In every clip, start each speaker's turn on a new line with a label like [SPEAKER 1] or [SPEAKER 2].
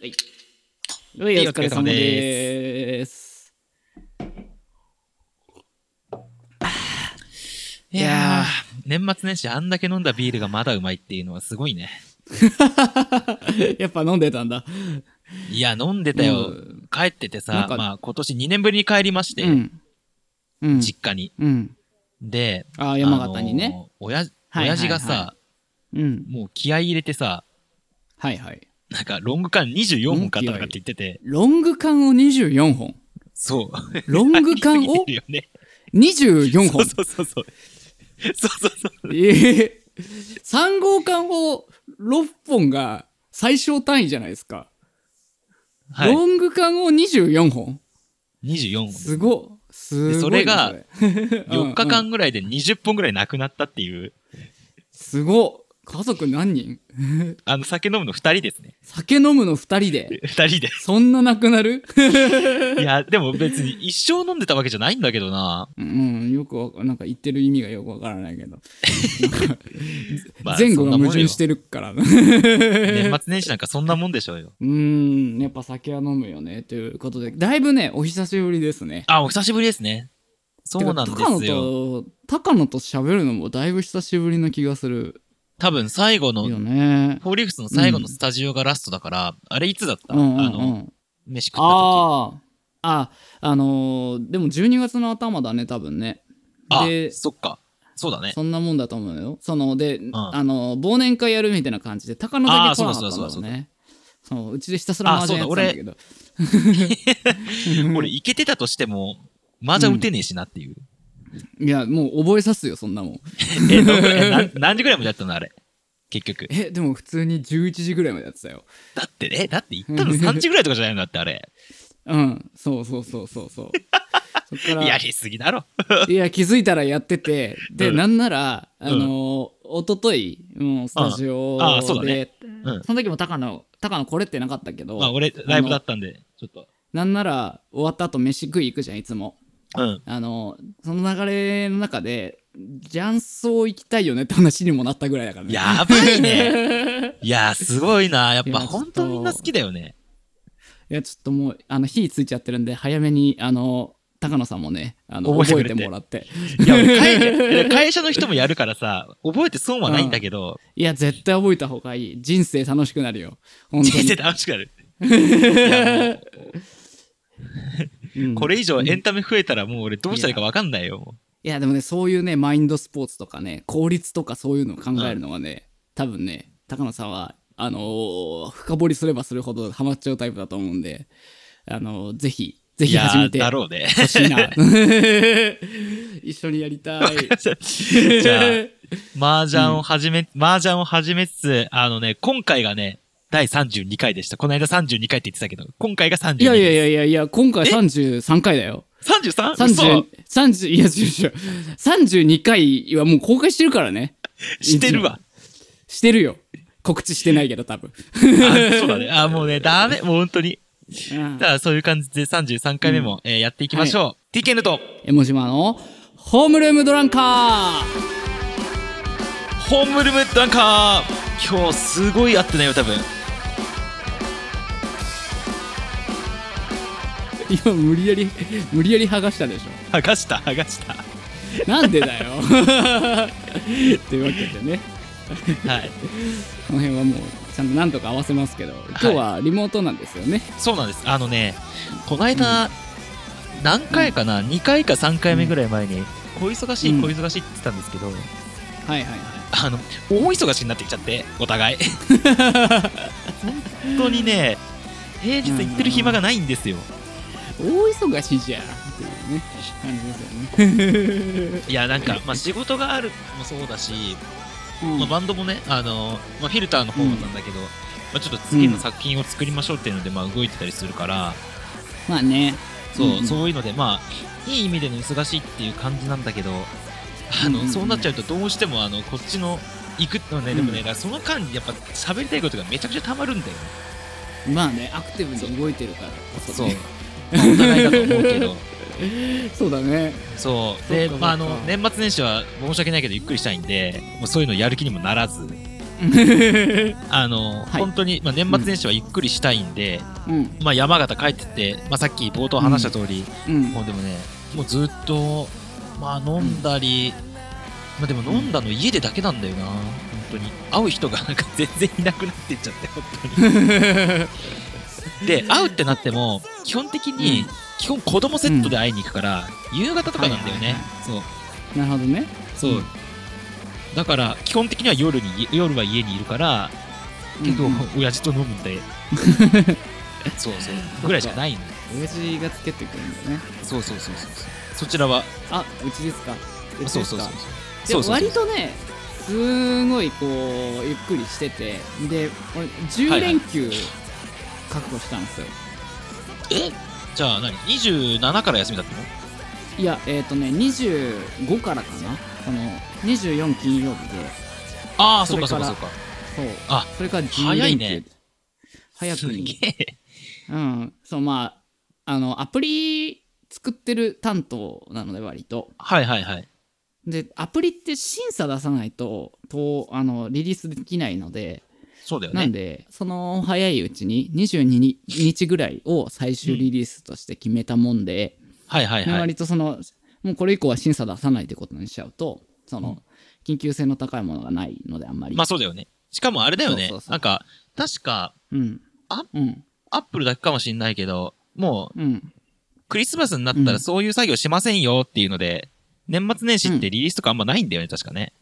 [SPEAKER 1] はい。
[SPEAKER 2] はい、
[SPEAKER 1] はい
[SPEAKER 2] お疲れ様でーす。
[SPEAKER 1] いやー、年末年始あんだけ飲んだビールがまだうまいっていうのはすごいね。
[SPEAKER 2] やっぱ飲んでたんだ。
[SPEAKER 1] いや、飲んでたよ。
[SPEAKER 2] うん
[SPEAKER 1] 帰ってて
[SPEAKER 2] な
[SPEAKER 1] さ
[SPEAKER 2] ん、か
[SPEAKER 1] まあ今年2年ぶりに帰りまして、
[SPEAKER 2] うん。うん。
[SPEAKER 1] 実家に。
[SPEAKER 2] うん。
[SPEAKER 1] で、
[SPEAKER 2] ああ、山形に
[SPEAKER 1] あ
[SPEAKER 2] ね。
[SPEAKER 1] のー。親
[SPEAKER 2] はいはい
[SPEAKER 1] 親父がさ、
[SPEAKER 2] はうん。
[SPEAKER 1] もう気合い入れてさ、
[SPEAKER 2] はいはい。
[SPEAKER 1] なんかロング缶24本買ったとかって言ってて、
[SPEAKER 2] ロング缶を24本。
[SPEAKER 1] そう。
[SPEAKER 2] ロング缶
[SPEAKER 1] 入
[SPEAKER 2] を
[SPEAKER 1] ってるよね
[SPEAKER 2] 24
[SPEAKER 1] そう
[SPEAKER 2] 本。
[SPEAKER 1] そうそうそう。そうそうそう。
[SPEAKER 2] ええ3号缶を6本が最小単位じゃないですか。
[SPEAKER 1] は
[SPEAKER 2] ロ
[SPEAKER 1] い。
[SPEAKER 2] ング缶を24本。
[SPEAKER 1] 24本。
[SPEAKER 2] すごい。すごいな。
[SPEAKER 1] でそれが
[SPEAKER 2] れ
[SPEAKER 1] 4日
[SPEAKER 2] うんうん
[SPEAKER 1] 間ぐらいで20本ぐらいなくなったっていう、
[SPEAKER 2] すごい。家族何人
[SPEAKER 1] あの、酒飲むの2人ですね。
[SPEAKER 2] 酒飲むの2人で。
[SPEAKER 1] 2人で。
[SPEAKER 2] そんななくなる
[SPEAKER 1] いや、でも別に一生飲んでたわけじゃないんだけどな。
[SPEAKER 2] うん、よくわかなんか言ってる意味がよくわからないけど。
[SPEAKER 1] まあ
[SPEAKER 2] 前後が矛盾してるから。 う
[SPEAKER 1] そんなもんよ年末年始なんかそんなもんでしょうよ。
[SPEAKER 2] ん、やっぱ酒は飲むよね。ということで、だいぶね、お久しぶりですね。
[SPEAKER 1] あ、お久しぶりですね。そうなん
[SPEAKER 2] てか
[SPEAKER 1] ですよ。
[SPEAKER 2] 高野と、高野と喋るのもだいぶ久しぶりな気がする
[SPEAKER 1] 多分最後の、
[SPEAKER 2] よね。
[SPEAKER 1] フォーリーフスの最後のスタジオがラストだから、あれいつだった、
[SPEAKER 2] うんうんう
[SPEAKER 1] あの、
[SPEAKER 2] ん。
[SPEAKER 1] 飯食った時。
[SPEAKER 2] ああ。あ、あのーでも12月の頭だね、多分ね。
[SPEAKER 1] あ
[SPEAKER 2] で
[SPEAKER 1] そっか。そうだね。
[SPEAKER 2] そんなもんだと思うよ。そので、あの忘年会やるみたいな感じで高野だけ来なかったんだ
[SPEAKER 1] あー
[SPEAKER 2] ろ
[SPEAKER 1] そううだそうだそう
[SPEAKER 2] ね。そううちでひたすら麻雀やってたんだけど。
[SPEAKER 1] 俺、いけてたとしても、麻雀打てねえしなっていう。
[SPEAKER 2] いやもう覚えさすよそんなもん。
[SPEAKER 1] え、どんぐらいえなん何時ぐらいまでやったのあれ。結局。
[SPEAKER 2] えでも普通に11時ぐらいまでやってたよ。
[SPEAKER 1] だって、え、だって行っ たの3時ぐらいとかじゃないのだってあれ。
[SPEAKER 2] うんそうそうそうそう そう。そっから
[SPEAKER 1] やりすぎだろ。
[SPEAKER 2] いや気づいたらやっててで、
[SPEAKER 1] うん
[SPEAKER 2] なんならあ
[SPEAKER 1] ん
[SPEAKER 2] のー、一昨日もうスタジオ
[SPEAKER 1] あーあーそうだね
[SPEAKER 2] で、
[SPEAKER 1] うん。
[SPEAKER 2] その時も高野高野これってなかったけど、
[SPEAKER 1] まあ、俺、ライブだったんで、ちょっと。
[SPEAKER 2] なんなら終わった後飯食い行くじゃんいつも。
[SPEAKER 1] うん。
[SPEAKER 2] あのその流れの中で雀荘行きたいよねって話にもなったぐらいだからね
[SPEAKER 1] やばいね。 いや、すごいな。やっ
[SPEAKER 2] い
[SPEAKER 1] ぱ、
[SPEAKER 2] やちょっと
[SPEAKER 1] 本当みんな好きだよね。
[SPEAKER 2] いやちょっともうあの火ついちゃってるんで早めにあの高野さんもねあの
[SPEAKER 1] 覚
[SPEAKER 2] 覚
[SPEAKER 1] え
[SPEAKER 2] え
[SPEAKER 1] てくれて
[SPEAKER 2] てもらって
[SPEAKER 1] いや、俺会で会社の人もやるからさ、覚えて損はないんだけど、
[SPEAKER 2] いや絶対覚えた方がいい人生楽しくなるよ本当
[SPEAKER 1] 人
[SPEAKER 2] に
[SPEAKER 1] 生楽しくなる。いやも
[SPEAKER 2] うん
[SPEAKER 1] うこれ以上エンタメ増えたらもう俺どうしたらいいか分かんないよ。も
[SPEAKER 2] いやでもねそういうねマインドスポーツとかね効率とかそういうのを考えるのはね、多分ね高野さんはあのー深掘りすればするほどハマっちゃうタイプだと思うんであのーぜひぜ
[SPEAKER 1] うい
[SPEAKER 2] ひ
[SPEAKER 1] や
[SPEAKER 2] 始めて
[SPEAKER 1] だろうね。
[SPEAKER 2] 欲しいな。 一緒にやりたい。
[SPEAKER 1] じ ゃあ、麻雀を始め、麻雀を始めつつ、あのね、今回がね、第32回でした。この間32回って言ってたけど、今回が32
[SPEAKER 2] い
[SPEAKER 1] 回。
[SPEAKER 2] やいやいやいやいや、今回33回だよ。
[SPEAKER 1] 33?
[SPEAKER 2] 30
[SPEAKER 1] 嘘、
[SPEAKER 2] 30、いや、違う違う。32回はもう公開してるからね。
[SPEAKER 1] して るわ。
[SPEAKER 2] してるよ。告知してないけど、多分。
[SPEAKER 1] あそうだね。あ、もうね、ダメ。もう本当に。
[SPEAKER 2] うん
[SPEAKER 1] ただ、そういう感じで33回目も、えーやっていきましょう。TKN と、
[SPEAKER 2] 江モ島のホームルームドランカー
[SPEAKER 1] ホームルームダンカー今日すごい合ってないよ、多分。
[SPEAKER 2] 今無理やり、無理やり剥がしたでしょ。
[SPEAKER 1] 剥がした、剥がした。
[SPEAKER 2] なんでだよ。 というわけでね。
[SPEAKER 1] はい。
[SPEAKER 2] この辺はもうちゃんと何とか合わせますけど今日はリモートなんですよね、
[SPEAKER 1] そうなんです。あのね、この間、何回かな、2回か3回目ぐらい前に、小忙し
[SPEAKER 2] う
[SPEAKER 1] い、
[SPEAKER 2] ん
[SPEAKER 1] 小忙しいって言ってたんですけど、
[SPEAKER 2] はい、はいはい
[SPEAKER 1] あの、大忙しになってきちゃって、お 互い。本当にね、平日行ってる暇がないんですよ。
[SPEAKER 2] 大忙しじゃんっていうね感じですよね
[SPEAKER 1] いや、なんか、まあ、仕事があるもそうだし、
[SPEAKER 2] うん
[SPEAKER 1] まあ、バンドもね、あのまあ、フィルターの方なんだけど、まあ、ちょっと次の作品を作りましょうっていうので、まあ、動いてたりするから、
[SPEAKER 2] まあね
[SPEAKER 1] そう、
[SPEAKER 2] うんうん
[SPEAKER 1] そういうので、まあ、いい意味での忙しいっていう感じなんだけど、あの、
[SPEAKER 2] うんうんうん
[SPEAKER 1] そうなっちゃうと、どうしても、あの、こっちの、行くのね、でもね、だからその間にやっぱ喋りたいことがめちゃくちゃ溜まるんだよね。
[SPEAKER 2] まあねアクティブに動いてるからこそね
[SPEAKER 1] まあお互いだと思う けど。
[SPEAKER 2] そうだね
[SPEAKER 1] そう。で、
[SPEAKER 2] そうか
[SPEAKER 1] まあ、あ
[SPEAKER 2] そう
[SPEAKER 1] の
[SPEAKER 2] か、
[SPEAKER 1] 年末年始は申し訳ないけど、ゆっくりしたいんで、もうそういうのやる気にもならず、
[SPEAKER 2] うん
[SPEAKER 1] あの、
[SPEAKER 2] はい
[SPEAKER 1] 本当に、まあ、年末年始はゆっくりしたいんで、
[SPEAKER 2] うん
[SPEAKER 1] まあ、山形帰ってって、まあ、さっき冒頭話した通り、
[SPEAKER 2] うん
[SPEAKER 1] もうでもね、もうずっと、まあ、飲んだり、まあ、でも飲んだの家でだけなんだよな、本当に。会う人がなんか 全然いなくなってっちゃって、本 当に。で、会うってなっても、基本的に、
[SPEAKER 2] うん
[SPEAKER 1] 基本子供セットで会いに行くから、夕方とかなんだ
[SPEAKER 2] はい
[SPEAKER 1] よ
[SPEAKER 2] はい
[SPEAKER 1] ね
[SPEAKER 2] は。
[SPEAKER 1] そう。
[SPEAKER 2] なるほどね
[SPEAKER 1] そう、
[SPEAKER 2] うん
[SPEAKER 1] だから基本的には夜に夜は家にいるからけど、
[SPEAKER 2] うんうん
[SPEAKER 1] 親父と飲む んでそうそうぐらいしかないんだ
[SPEAKER 2] 親父がつけてくるんだね
[SPEAKER 1] そうそうそうそうそうそちらは
[SPEAKER 2] あうちですかうちですか
[SPEAKER 1] そうそうそう
[SPEAKER 2] で
[SPEAKER 1] そうそうそう
[SPEAKER 2] 割とねすごいこうゆっくりしててで俺
[SPEAKER 1] は
[SPEAKER 2] 10
[SPEAKER 1] いはい
[SPEAKER 2] 連休確保したんですよ、
[SPEAKER 1] えじゃあ何27から休みだったの
[SPEAKER 2] い、やえっ、とね25からかなこの24金曜日で
[SPEAKER 1] ああそ
[SPEAKER 2] そうれ
[SPEAKER 1] かそう
[SPEAKER 2] から
[SPEAKER 1] かそうか
[SPEAKER 2] そう
[SPEAKER 1] あ
[SPEAKER 2] それから10
[SPEAKER 1] 早い
[SPEAKER 2] 連休
[SPEAKER 1] ね
[SPEAKER 2] 早く
[SPEAKER 1] す
[SPEAKER 2] に
[SPEAKER 1] げえ
[SPEAKER 2] うんそうまああのアプリ作ってる担当なので割と
[SPEAKER 1] はいはいはい
[SPEAKER 2] でアプリって審査出さないととあのリリースできないので
[SPEAKER 1] そうだよ
[SPEAKER 2] なん
[SPEAKER 1] ね
[SPEAKER 2] で、その早いうちに22に日ぐらいを最終リリースとして決めたもんで、
[SPEAKER 1] はいはい
[SPEAKER 2] で
[SPEAKER 1] はい
[SPEAKER 2] 割とその、もうこれ以降は審査出さないってことにしちゃうと、その、
[SPEAKER 1] うん
[SPEAKER 2] 緊急性の高いものがないのであんまり。
[SPEAKER 1] まあそうだよねしかもあれだよ
[SPEAKER 2] そう
[SPEAKER 1] ね
[SPEAKER 2] そうそう
[SPEAKER 1] なんか確か
[SPEAKER 2] うん。
[SPEAKER 1] あ
[SPEAKER 2] うん。
[SPEAKER 1] アップルだけかもしんないけどもう
[SPEAKER 2] うん。
[SPEAKER 1] クリスマスになった
[SPEAKER 2] う
[SPEAKER 1] ら
[SPEAKER 2] ん
[SPEAKER 1] そういう作業しませんよっていうので、年末年始ってリリースとかあんまないんだよね、確かね。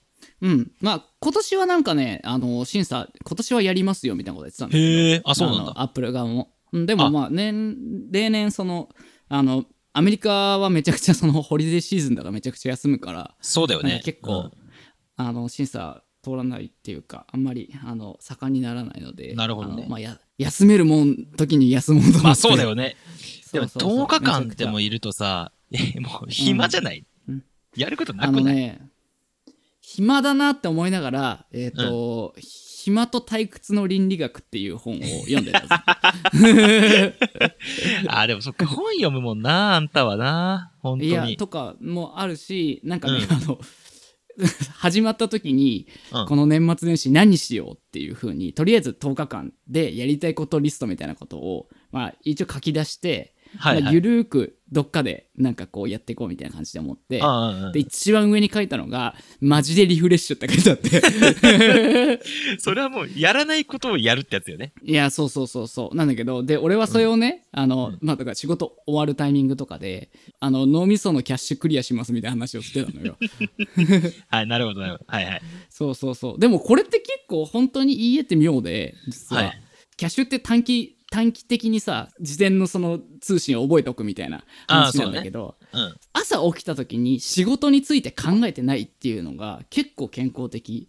[SPEAKER 2] うん。まあ、今年はなんかね、あの、審査、今年はやりますよみたいなこと言ってたんだけど。
[SPEAKER 1] へえ、あ、そうなん
[SPEAKER 2] あ
[SPEAKER 1] だ。
[SPEAKER 2] のアップル側も。うんでも
[SPEAKER 1] あ
[SPEAKER 2] まあ、年、例年その、あの、アメリカはめちゃくちゃそのホリデーシーズンだからめちゃくちゃ休むから、
[SPEAKER 1] そうだよ
[SPEAKER 2] なん
[SPEAKER 1] ね
[SPEAKER 2] か。結構、あの審査通らないっていうかあんまりあの盛んにならないので
[SPEAKER 1] なるほどね
[SPEAKER 2] あのまあ、や 休めるもん時に休もうと思って
[SPEAKER 1] うんまあそうだよね。
[SPEAKER 2] そ
[SPEAKER 1] でも
[SPEAKER 2] うそうそう
[SPEAKER 1] 10日間
[SPEAKER 2] めちゃく
[SPEAKER 1] で
[SPEAKER 2] ちゃ
[SPEAKER 1] もいるとさ、 え、もう暇じゃない、
[SPEAKER 2] うん
[SPEAKER 1] やることな
[SPEAKER 2] あ
[SPEAKER 1] く
[SPEAKER 2] の
[SPEAKER 1] ない、
[SPEAKER 2] ね暇だなって思いながらえっ、と、暇と退屈の倫理学」っていう本を読ん でたんですよ
[SPEAKER 1] あ、で もそっか、本読むもんな、あんたはな。本当
[SPEAKER 2] いや
[SPEAKER 1] に。
[SPEAKER 2] とかもあるしなんかね、
[SPEAKER 1] うん
[SPEAKER 2] あの 始まった時に、
[SPEAKER 1] うん
[SPEAKER 2] この年末年始何しようっていう風にとりあえず10日間でやりたいことリストみたいなことを、まあ、一応書き出して、
[SPEAKER 1] はい、
[SPEAKER 2] ま
[SPEAKER 1] は
[SPEAKER 2] あ、
[SPEAKER 1] い。
[SPEAKER 2] ゆるーくどっかでなんかこうやっていこうみたいな感じで思って、
[SPEAKER 1] ああ、うん
[SPEAKER 2] で一番上に書いたのが「マジでリフレッシュ」って書いてあって
[SPEAKER 1] それはもう、やらないことをやるってやつよね。
[SPEAKER 2] いやそうそうそうそうなんだけどで俺はそれをね、あのまあだから仕事終わるタイミングとかであの脳みそのキャッシュクリアしますみたいな話をしてた のよ
[SPEAKER 1] はい、なるほど、なるほど。はいはい。
[SPEAKER 2] そうそうそうでもこれって結構本当に言い得て妙で実は、
[SPEAKER 1] はい
[SPEAKER 2] キャッシュって短期短期的にさ事前のその通信を覚えておくみたいな話なんだけど、
[SPEAKER 1] うん。
[SPEAKER 2] 朝起きた時に仕事について考えてないっていうのが結構健康的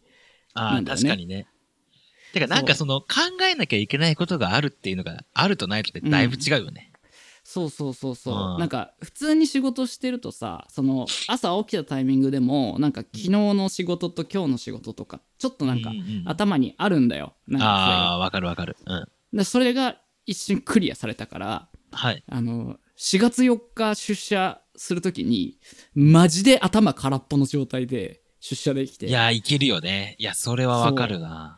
[SPEAKER 1] ああ、
[SPEAKER 2] なんだよね
[SPEAKER 1] 確かにね。てか、なんかその、考えなきゃいけないことがあるっていうのが、あるとないとでだいぶ違うよね。
[SPEAKER 2] そうそうそうそう、
[SPEAKER 1] うん
[SPEAKER 2] なんか普通に仕事してるとさその朝起きたタイミングでもなんか昨日の仕事と今日の仕事とかちょっとなんか
[SPEAKER 1] うんうん
[SPEAKER 2] 頭にあるんだよ、なんかそれ
[SPEAKER 1] あ
[SPEAKER 2] が
[SPEAKER 1] あ、わかるわかる。うん。
[SPEAKER 2] でそれが一瞬クリアされたから
[SPEAKER 1] はい。
[SPEAKER 2] あの4月4日出社するときにマジで頭空っぽの状態で出社できて
[SPEAKER 1] いやー、いけるよね。いや、それはわかるな。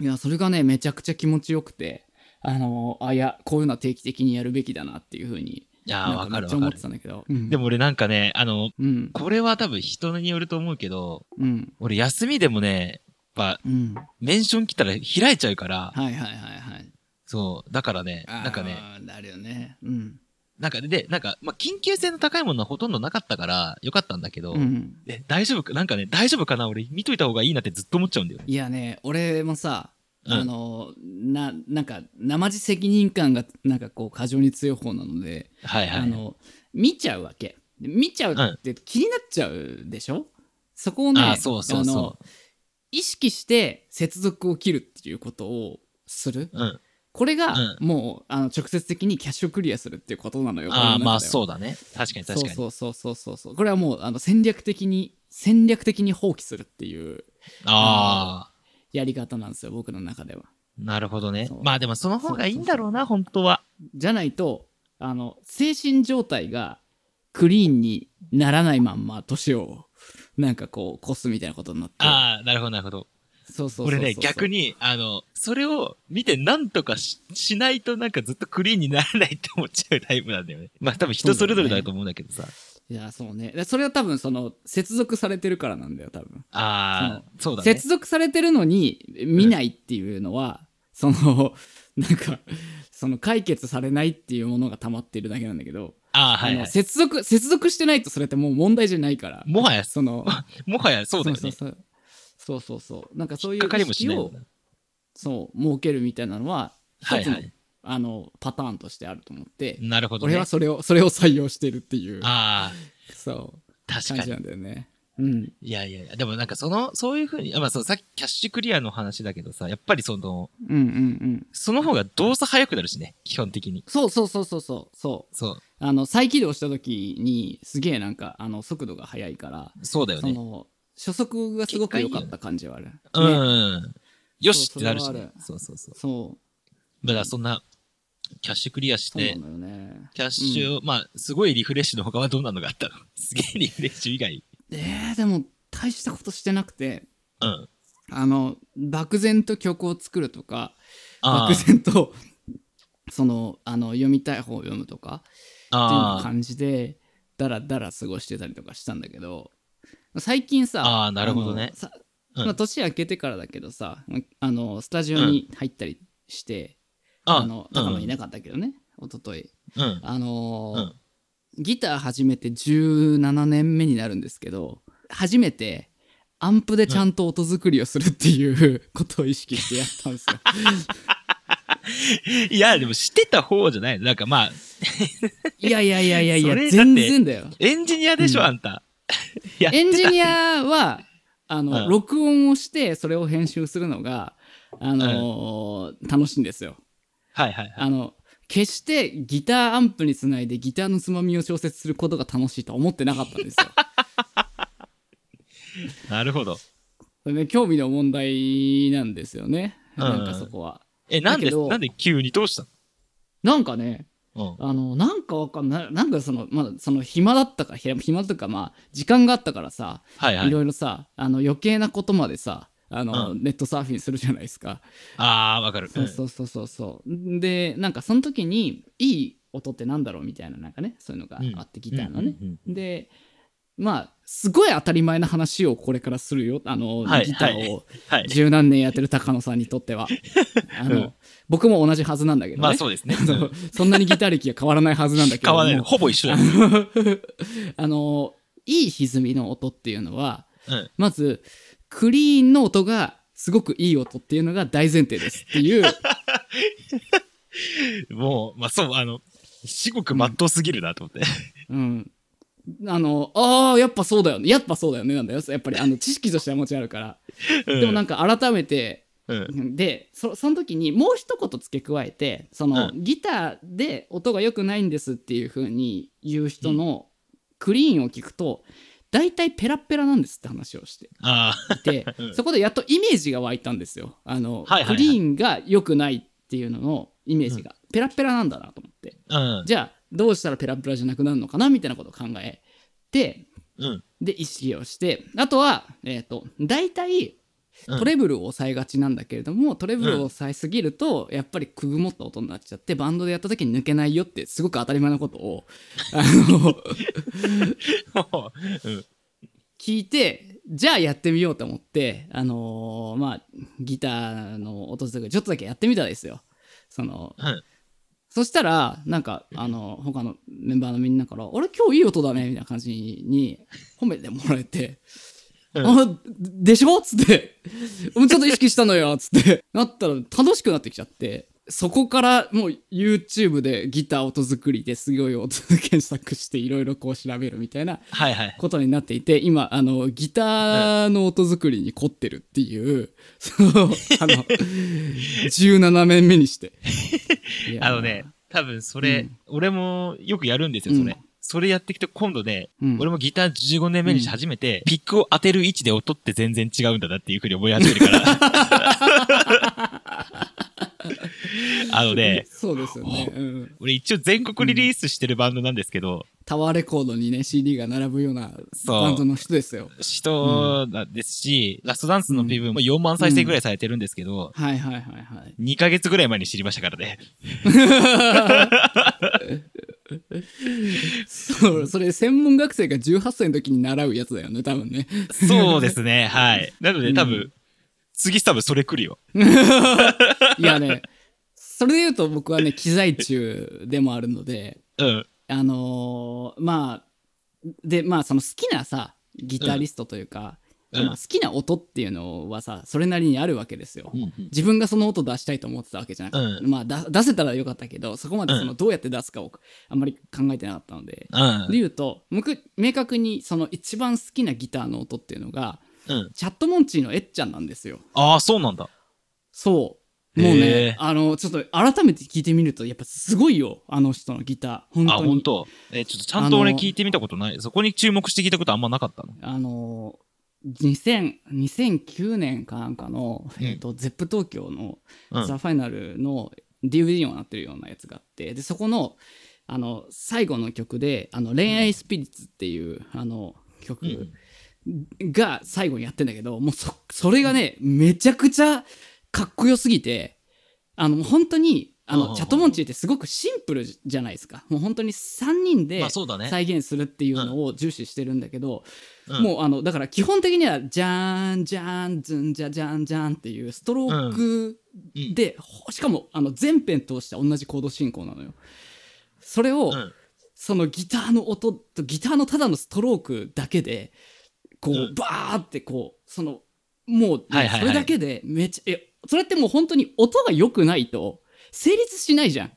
[SPEAKER 2] いや、それがね、めちゃくちゃ気持ちよくて、あの、あ、いや、こういうのは定期的にやるべきだなっていうふうに、
[SPEAKER 1] いやー、わか
[SPEAKER 2] め
[SPEAKER 1] る
[SPEAKER 2] っちゃ
[SPEAKER 1] わ
[SPEAKER 2] 思って
[SPEAKER 1] かる。
[SPEAKER 2] たんだけど。うん
[SPEAKER 1] で、も俺なんかね、あの、
[SPEAKER 2] うん、
[SPEAKER 1] これは多分人によると思うけど、
[SPEAKER 2] うん、
[SPEAKER 1] 俺休みでもね、やっぱ、
[SPEAKER 2] うん。は
[SPEAKER 1] メンション来たら開いちゃうから、
[SPEAKER 2] いはいはいはい。
[SPEAKER 1] そう、だからね、なんかね、
[SPEAKER 2] あー。あるよね。うん。
[SPEAKER 1] なんかで、なんか、まあ、緊急性の高いものはほとんどなかったから、よかったんだけど、
[SPEAKER 2] うん。
[SPEAKER 1] え大丈夫か、なんかね、大丈夫かな俺見といた方がいいなってずっと思っちゃうんだよね。
[SPEAKER 2] いやね、俺もさ、
[SPEAKER 1] うん
[SPEAKER 2] あの、な、なんか、生地責任感が、なんかこう、過剰に強い方なので、
[SPEAKER 1] はいは
[SPEAKER 2] あ
[SPEAKER 1] い。
[SPEAKER 2] の、見ちゃうわけ。で見ちゃうって気になっちゃうでしょ、そこをね、
[SPEAKER 1] あーそうそうそう
[SPEAKER 2] あの意識して接続を切るっていうことをする。
[SPEAKER 1] うん。
[SPEAKER 2] これが、
[SPEAKER 1] う
[SPEAKER 2] もう、あの、直接的にキャッシュクリアするっていうことなのよ。
[SPEAKER 1] ああ、まあ
[SPEAKER 2] う。
[SPEAKER 1] そうだね。確かに確かに。
[SPEAKER 2] そうそうそうそうそう。これはもう、あの、戦略的に、戦略的に放棄するっていう
[SPEAKER 1] ああ、
[SPEAKER 2] やり方なんですよ、僕の中では。
[SPEAKER 1] なるほどね
[SPEAKER 2] そ。う
[SPEAKER 1] まあでもその方がいいんだろうな、本当は。
[SPEAKER 2] じゃないと、あの、精神状態がクリーンにならないまんま、年を、なんかこう、越すみたいなことになって。
[SPEAKER 1] ああ、なるほど、なるほど。
[SPEAKER 2] そうそうそうそう。
[SPEAKER 1] 俺ね、逆
[SPEAKER 2] に。
[SPEAKER 1] に、あの、それを見てなんとかししないとなんかずっとクリーンにならないって思っちゃうタイプなんだよね。 まあ多分人それぞれだと思うんだけどさ。
[SPEAKER 2] いや、そうね。でそれは多分、その、接続されてるからなんだよ、多分。
[SPEAKER 1] ああ、そうだね。
[SPEAKER 2] 接続されてるのに見ないっていうのは、その、なんか、その解決されないっていうものが溜まってるだけなんだけど、
[SPEAKER 1] ああ、はい、
[SPEAKER 2] あ
[SPEAKER 1] は
[SPEAKER 2] の
[SPEAKER 1] い。
[SPEAKER 2] 接続、接続してないとそれってもう問題じゃないから、
[SPEAKER 1] もはや、
[SPEAKER 2] その、
[SPEAKER 1] もはや そうだよね。
[SPEAKER 2] そうそうそうそうそうそうなんかそうい
[SPEAKER 1] 引っ
[SPEAKER 2] う
[SPEAKER 1] かか
[SPEAKER 2] 意
[SPEAKER 1] りもし
[SPEAKER 2] 識
[SPEAKER 1] ない
[SPEAKER 2] を
[SPEAKER 1] もんな
[SPEAKER 2] そう設けるみたいなのは
[SPEAKER 1] は
[SPEAKER 2] 一
[SPEAKER 1] い
[SPEAKER 2] つの,、
[SPEAKER 1] はい。
[SPEAKER 2] あのパターンとしてあると思って、
[SPEAKER 1] なるほどね。
[SPEAKER 2] 俺はそれをそれを採用してるっていう
[SPEAKER 1] ああ、
[SPEAKER 2] そう
[SPEAKER 1] 確
[SPEAKER 2] 感
[SPEAKER 1] か
[SPEAKER 2] じ
[SPEAKER 1] に
[SPEAKER 2] な。んだよねうん
[SPEAKER 1] いやいやいや、でもなんかその、そういうふうに、あまあそう、さっきキャッシュクリアの話だけどさ、やっぱりその、
[SPEAKER 2] うんうんうん
[SPEAKER 1] その方が動作早くなるしね、基本的に。
[SPEAKER 2] そうそうそうそうそうそう
[SPEAKER 1] そ
[SPEAKER 2] あの再起動した時にすげえなんかあの速度が速いから、
[SPEAKER 1] う、そうだよ
[SPEAKER 2] そ
[SPEAKER 1] ね。
[SPEAKER 2] の初速がすごく良かった感じはある
[SPEAKER 1] うん
[SPEAKER 2] ね
[SPEAKER 1] うん。よしっ
[SPEAKER 2] そ
[SPEAKER 1] て
[SPEAKER 2] う
[SPEAKER 1] なるし
[SPEAKER 2] それは
[SPEAKER 1] ね
[SPEAKER 2] あ。る
[SPEAKER 1] そうそうそう。
[SPEAKER 2] そう
[SPEAKER 1] だからそんな、キャッシュクリアし
[SPEAKER 2] そうな
[SPEAKER 1] て、
[SPEAKER 2] のよね
[SPEAKER 1] キャッシュを、まあ、すごいリフレッシュの他はどんなのがあったの すげえリフレッシュ以外。
[SPEAKER 2] えー、でも大したことしてなくて
[SPEAKER 1] うん。
[SPEAKER 2] あの漠然と曲を作るとか
[SPEAKER 1] あ
[SPEAKER 2] 漠然とそのあの読みたい本を読むとかっていうような
[SPEAKER 1] あ。
[SPEAKER 2] 感じでダラダラ過ごしてたりとかしたんだけど最近さ
[SPEAKER 1] あーなるほどね
[SPEAKER 2] あのさ
[SPEAKER 1] うん
[SPEAKER 2] まあ、年明けてからだけどさあのスタジオに入ったりして、あの高野いなかったけどね、一昨日
[SPEAKER 1] うん。うん。
[SPEAKER 2] あのー
[SPEAKER 1] うん
[SPEAKER 2] ギター始めて17年目になるんですけど初めてアンプでちゃんと音作りをするっていうことを意識してやったんですよ。
[SPEAKER 1] いや、でもしてた方じゃないのなんかまあ、
[SPEAKER 2] いやいやいやいやいや
[SPEAKER 1] それだって
[SPEAKER 2] 全然だよ。
[SPEAKER 1] エンジニアでしょ、あんた。 やって
[SPEAKER 2] エンジ
[SPEAKER 1] た
[SPEAKER 2] ニアはあの、
[SPEAKER 1] うん
[SPEAKER 2] 録音をしてそれを編集するのが、あのー楽しいんですよ。
[SPEAKER 1] はいはいはい。
[SPEAKER 2] あの決してギターアンプにつないでギターのつまみを調節することが楽しいとは思ってなかったんですよ。
[SPEAKER 1] なるほど。
[SPEAKER 2] それね、興味の問題なんですよね。
[SPEAKER 1] うん
[SPEAKER 2] なんかそこは。
[SPEAKER 1] え、なん
[SPEAKER 2] だ
[SPEAKER 1] で、
[SPEAKER 2] けど
[SPEAKER 1] なんで急にどうした
[SPEAKER 2] なんかね、
[SPEAKER 1] のうん。
[SPEAKER 2] あの、なんかわかんない。なんかその、まだその暇だったから、ひ暇とか、まあ、時間があったからさ、
[SPEAKER 1] はいはいい。
[SPEAKER 2] ろいろさ、あの、余計なことまでさ、あの、
[SPEAKER 1] う
[SPEAKER 2] ネットサーフィンするじゃないですか。
[SPEAKER 1] ああ、わかる。
[SPEAKER 2] そうそうそうそうそう。で、なんかその時に、いい音ってなんだろうみたいな、なんかね、そういうのがあって、ギターのね。
[SPEAKER 1] うんうんうん
[SPEAKER 2] で、まあ、すごい当たり前な話をこれからするよ。あの、
[SPEAKER 1] はい
[SPEAKER 2] ギターを
[SPEAKER 1] はい。
[SPEAKER 2] 十何年やってる高野さんにとって は。あの、
[SPEAKER 1] うん
[SPEAKER 2] 僕も同じはずなんだけど、ね。
[SPEAKER 1] まあそうですね。
[SPEAKER 2] あのそんなにギター歴が変わらないはずなんだけど
[SPEAKER 1] 変
[SPEAKER 2] も
[SPEAKER 1] わらない。ほぼ一緒だよ。
[SPEAKER 2] あの、いい歪みの音っていうのは、
[SPEAKER 1] うん。
[SPEAKER 2] まず、クリーンの音がすごくいい音っていうのが大前提ですって いう、
[SPEAKER 1] もう、まあそう、あの、至極まっとうすぎるなと思って。
[SPEAKER 2] うん。あの、ああ、やっぱそうだよね。やっぱそうだよね。なんだよ。やっぱり、あの、知識としてはもちろんあるから。でもなんか改めて、
[SPEAKER 1] うん、
[SPEAKER 2] でそその時にもう一言付け加えてその、
[SPEAKER 1] う
[SPEAKER 2] ギターで音が良くないんですっていう風に言う人のクリーンを聞くと大体ペラッペラなんですって話をして
[SPEAKER 1] ああ、
[SPEAKER 2] いて、
[SPEAKER 1] うん
[SPEAKER 2] そこでやっとイメージが湧いたんですよあの、
[SPEAKER 1] はいはいはい
[SPEAKER 2] クリーンが良くないっていうののイメージが、ペラッペラなんだなと思って
[SPEAKER 1] うん。
[SPEAKER 2] じゃあどうしたらペラッペラじゃなくなるのかなみたいなことを考えて
[SPEAKER 1] うん。
[SPEAKER 2] で意識をしてあとは、えー、と大体
[SPEAKER 1] うん
[SPEAKER 2] トレブルを抑えがちなんだけれども、トレブルを抑えすぎるとやっぱりくぐもった音になっちゃってバンドでやった時に抜けないよってすごく当たり前なことをあの
[SPEAKER 1] うん。
[SPEAKER 2] 聞いてじゃあやってみようと思ってあのーまあギターの音とかちょっとだけやってみたんですよ。その
[SPEAKER 1] うん。
[SPEAKER 2] そしたら、なんか、あの、他のメンバーのみんなから、俺今日いい音だね、みたいな感じに褒めてもらえて、
[SPEAKER 1] うん
[SPEAKER 2] あ、でしょつって、もうちょっと意識したのよ、つって、なったら楽しくなってきちゃって、そこからもう YouTube でギター音作りですごい音検索していろいろこう調べるみたいな
[SPEAKER 1] はいはい。
[SPEAKER 2] ことになっていて、今、あの、ギターの音作りに凝ってるっていう、その、あ の、17面目にして。いやー
[SPEAKER 1] あのね、、多分それ、俺もよくやるんですよ、それ。
[SPEAKER 2] うん
[SPEAKER 1] それやってきて、今度ね、
[SPEAKER 2] うん
[SPEAKER 1] 俺もギター15年目にして初めて、ピックを当てる位置で音って全然違うんだなっていうふうに思い始めるから。あのね、
[SPEAKER 2] そうですよね。うん
[SPEAKER 1] 俺一応全国リリースしてるバンドなんですけど、
[SPEAKER 2] タワーレコードにね、CD が並ぶような
[SPEAKER 1] そう
[SPEAKER 2] バンドの人ですよ。
[SPEAKER 1] 人なんですし、ラストダンスの PV も4万再生ぐらいされてるんですけど、
[SPEAKER 2] はいはいはいはい。
[SPEAKER 1] 2ヶ月ぐらい前に知りましたからね。
[SPEAKER 2] そう、それ専門学生が18歳の時に習うやつだよね、多分 ね。
[SPEAKER 1] そうですね、はい。なので多分、次多分それ来るよ。
[SPEAKER 2] いやね、それで言うと僕はね、機材中でもあるので、
[SPEAKER 1] うん。
[SPEAKER 2] あのーまあ、で、まあその好きなさ、ギタリストというか、
[SPEAKER 1] うん
[SPEAKER 2] まあ、好きな音っていうのはさ、それなりにあるわけですよ。
[SPEAKER 1] うん
[SPEAKER 2] 自分がその音出したいと思ってたわけじゃなくて、
[SPEAKER 1] う
[SPEAKER 2] まあだ出せたらよかったけど、そこまでその
[SPEAKER 1] う
[SPEAKER 2] どうやって出すかをあんまり考えてなかったので、
[SPEAKER 1] うん。
[SPEAKER 2] で言うと僕明確にその一番好きなギターの音っていうのが
[SPEAKER 1] うん。
[SPEAKER 2] チャットモンチーのえっちゃんなんですよ
[SPEAKER 1] ああ、そうなんだ。
[SPEAKER 2] そうもう
[SPEAKER 1] へ
[SPEAKER 2] ね
[SPEAKER 1] え
[SPEAKER 2] あのちょっと改めて聞いてみるとやっぱすごいよあの人のギター本
[SPEAKER 1] あ、
[SPEAKER 2] 当に
[SPEAKER 1] 本当。え、ちょっとちゃんと俺
[SPEAKER 2] あの
[SPEAKER 1] 聞いてみたことない。そこに注目して聞いたことあんまなかったの。
[SPEAKER 2] あの2000 2009年かなんかの、
[SPEAKER 1] うん
[SPEAKER 2] えっとゼップ東京の
[SPEAKER 1] うん。
[SPEAKER 2] ザ・ファイナルの DVD にもなってるようなやつがあってでそこのあの最後の曲で「あの恋愛スピリッツ」っていう、あの曲
[SPEAKER 1] うん
[SPEAKER 2] が最後にやってんだけどもうそそれがねめちゃくちゃかっこよすぎてあの本当にあ
[SPEAKER 1] うんうんう
[SPEAKER 2] の
[SPEAKER 1] ん
[SPEAKER 2] チャットモンチーってすごくシンプルじゃないですかもう本当に3人で
[SPEAKER 1] まあそうだね
[SPEAKER 2] 再現するっていうのを重視してるんだけど、
[SPEAKER 1] うん
[SPEAKER 2] もうあのだから基本的には「じゃーんじゃーんずんじゃじゃんじゃん」っていうストローク
[SPEAKER 1] うん
[SPEAKER 2] で、ほしかもあの全編通して同じコード進行なのよ。それを、
[SPEAKER 1] うん。
[SPEAKER 2] そのギターの音とギターのただのストロークだけでこう、
[SPEAKER 1] うん
[SPEAKER 2] バーってこうそのもう、
[SPEAKER 1] はいはいはい
[SPEAKER 2] それだけでめちゃえそれってもう本当に音が良くないと成立しないじゃん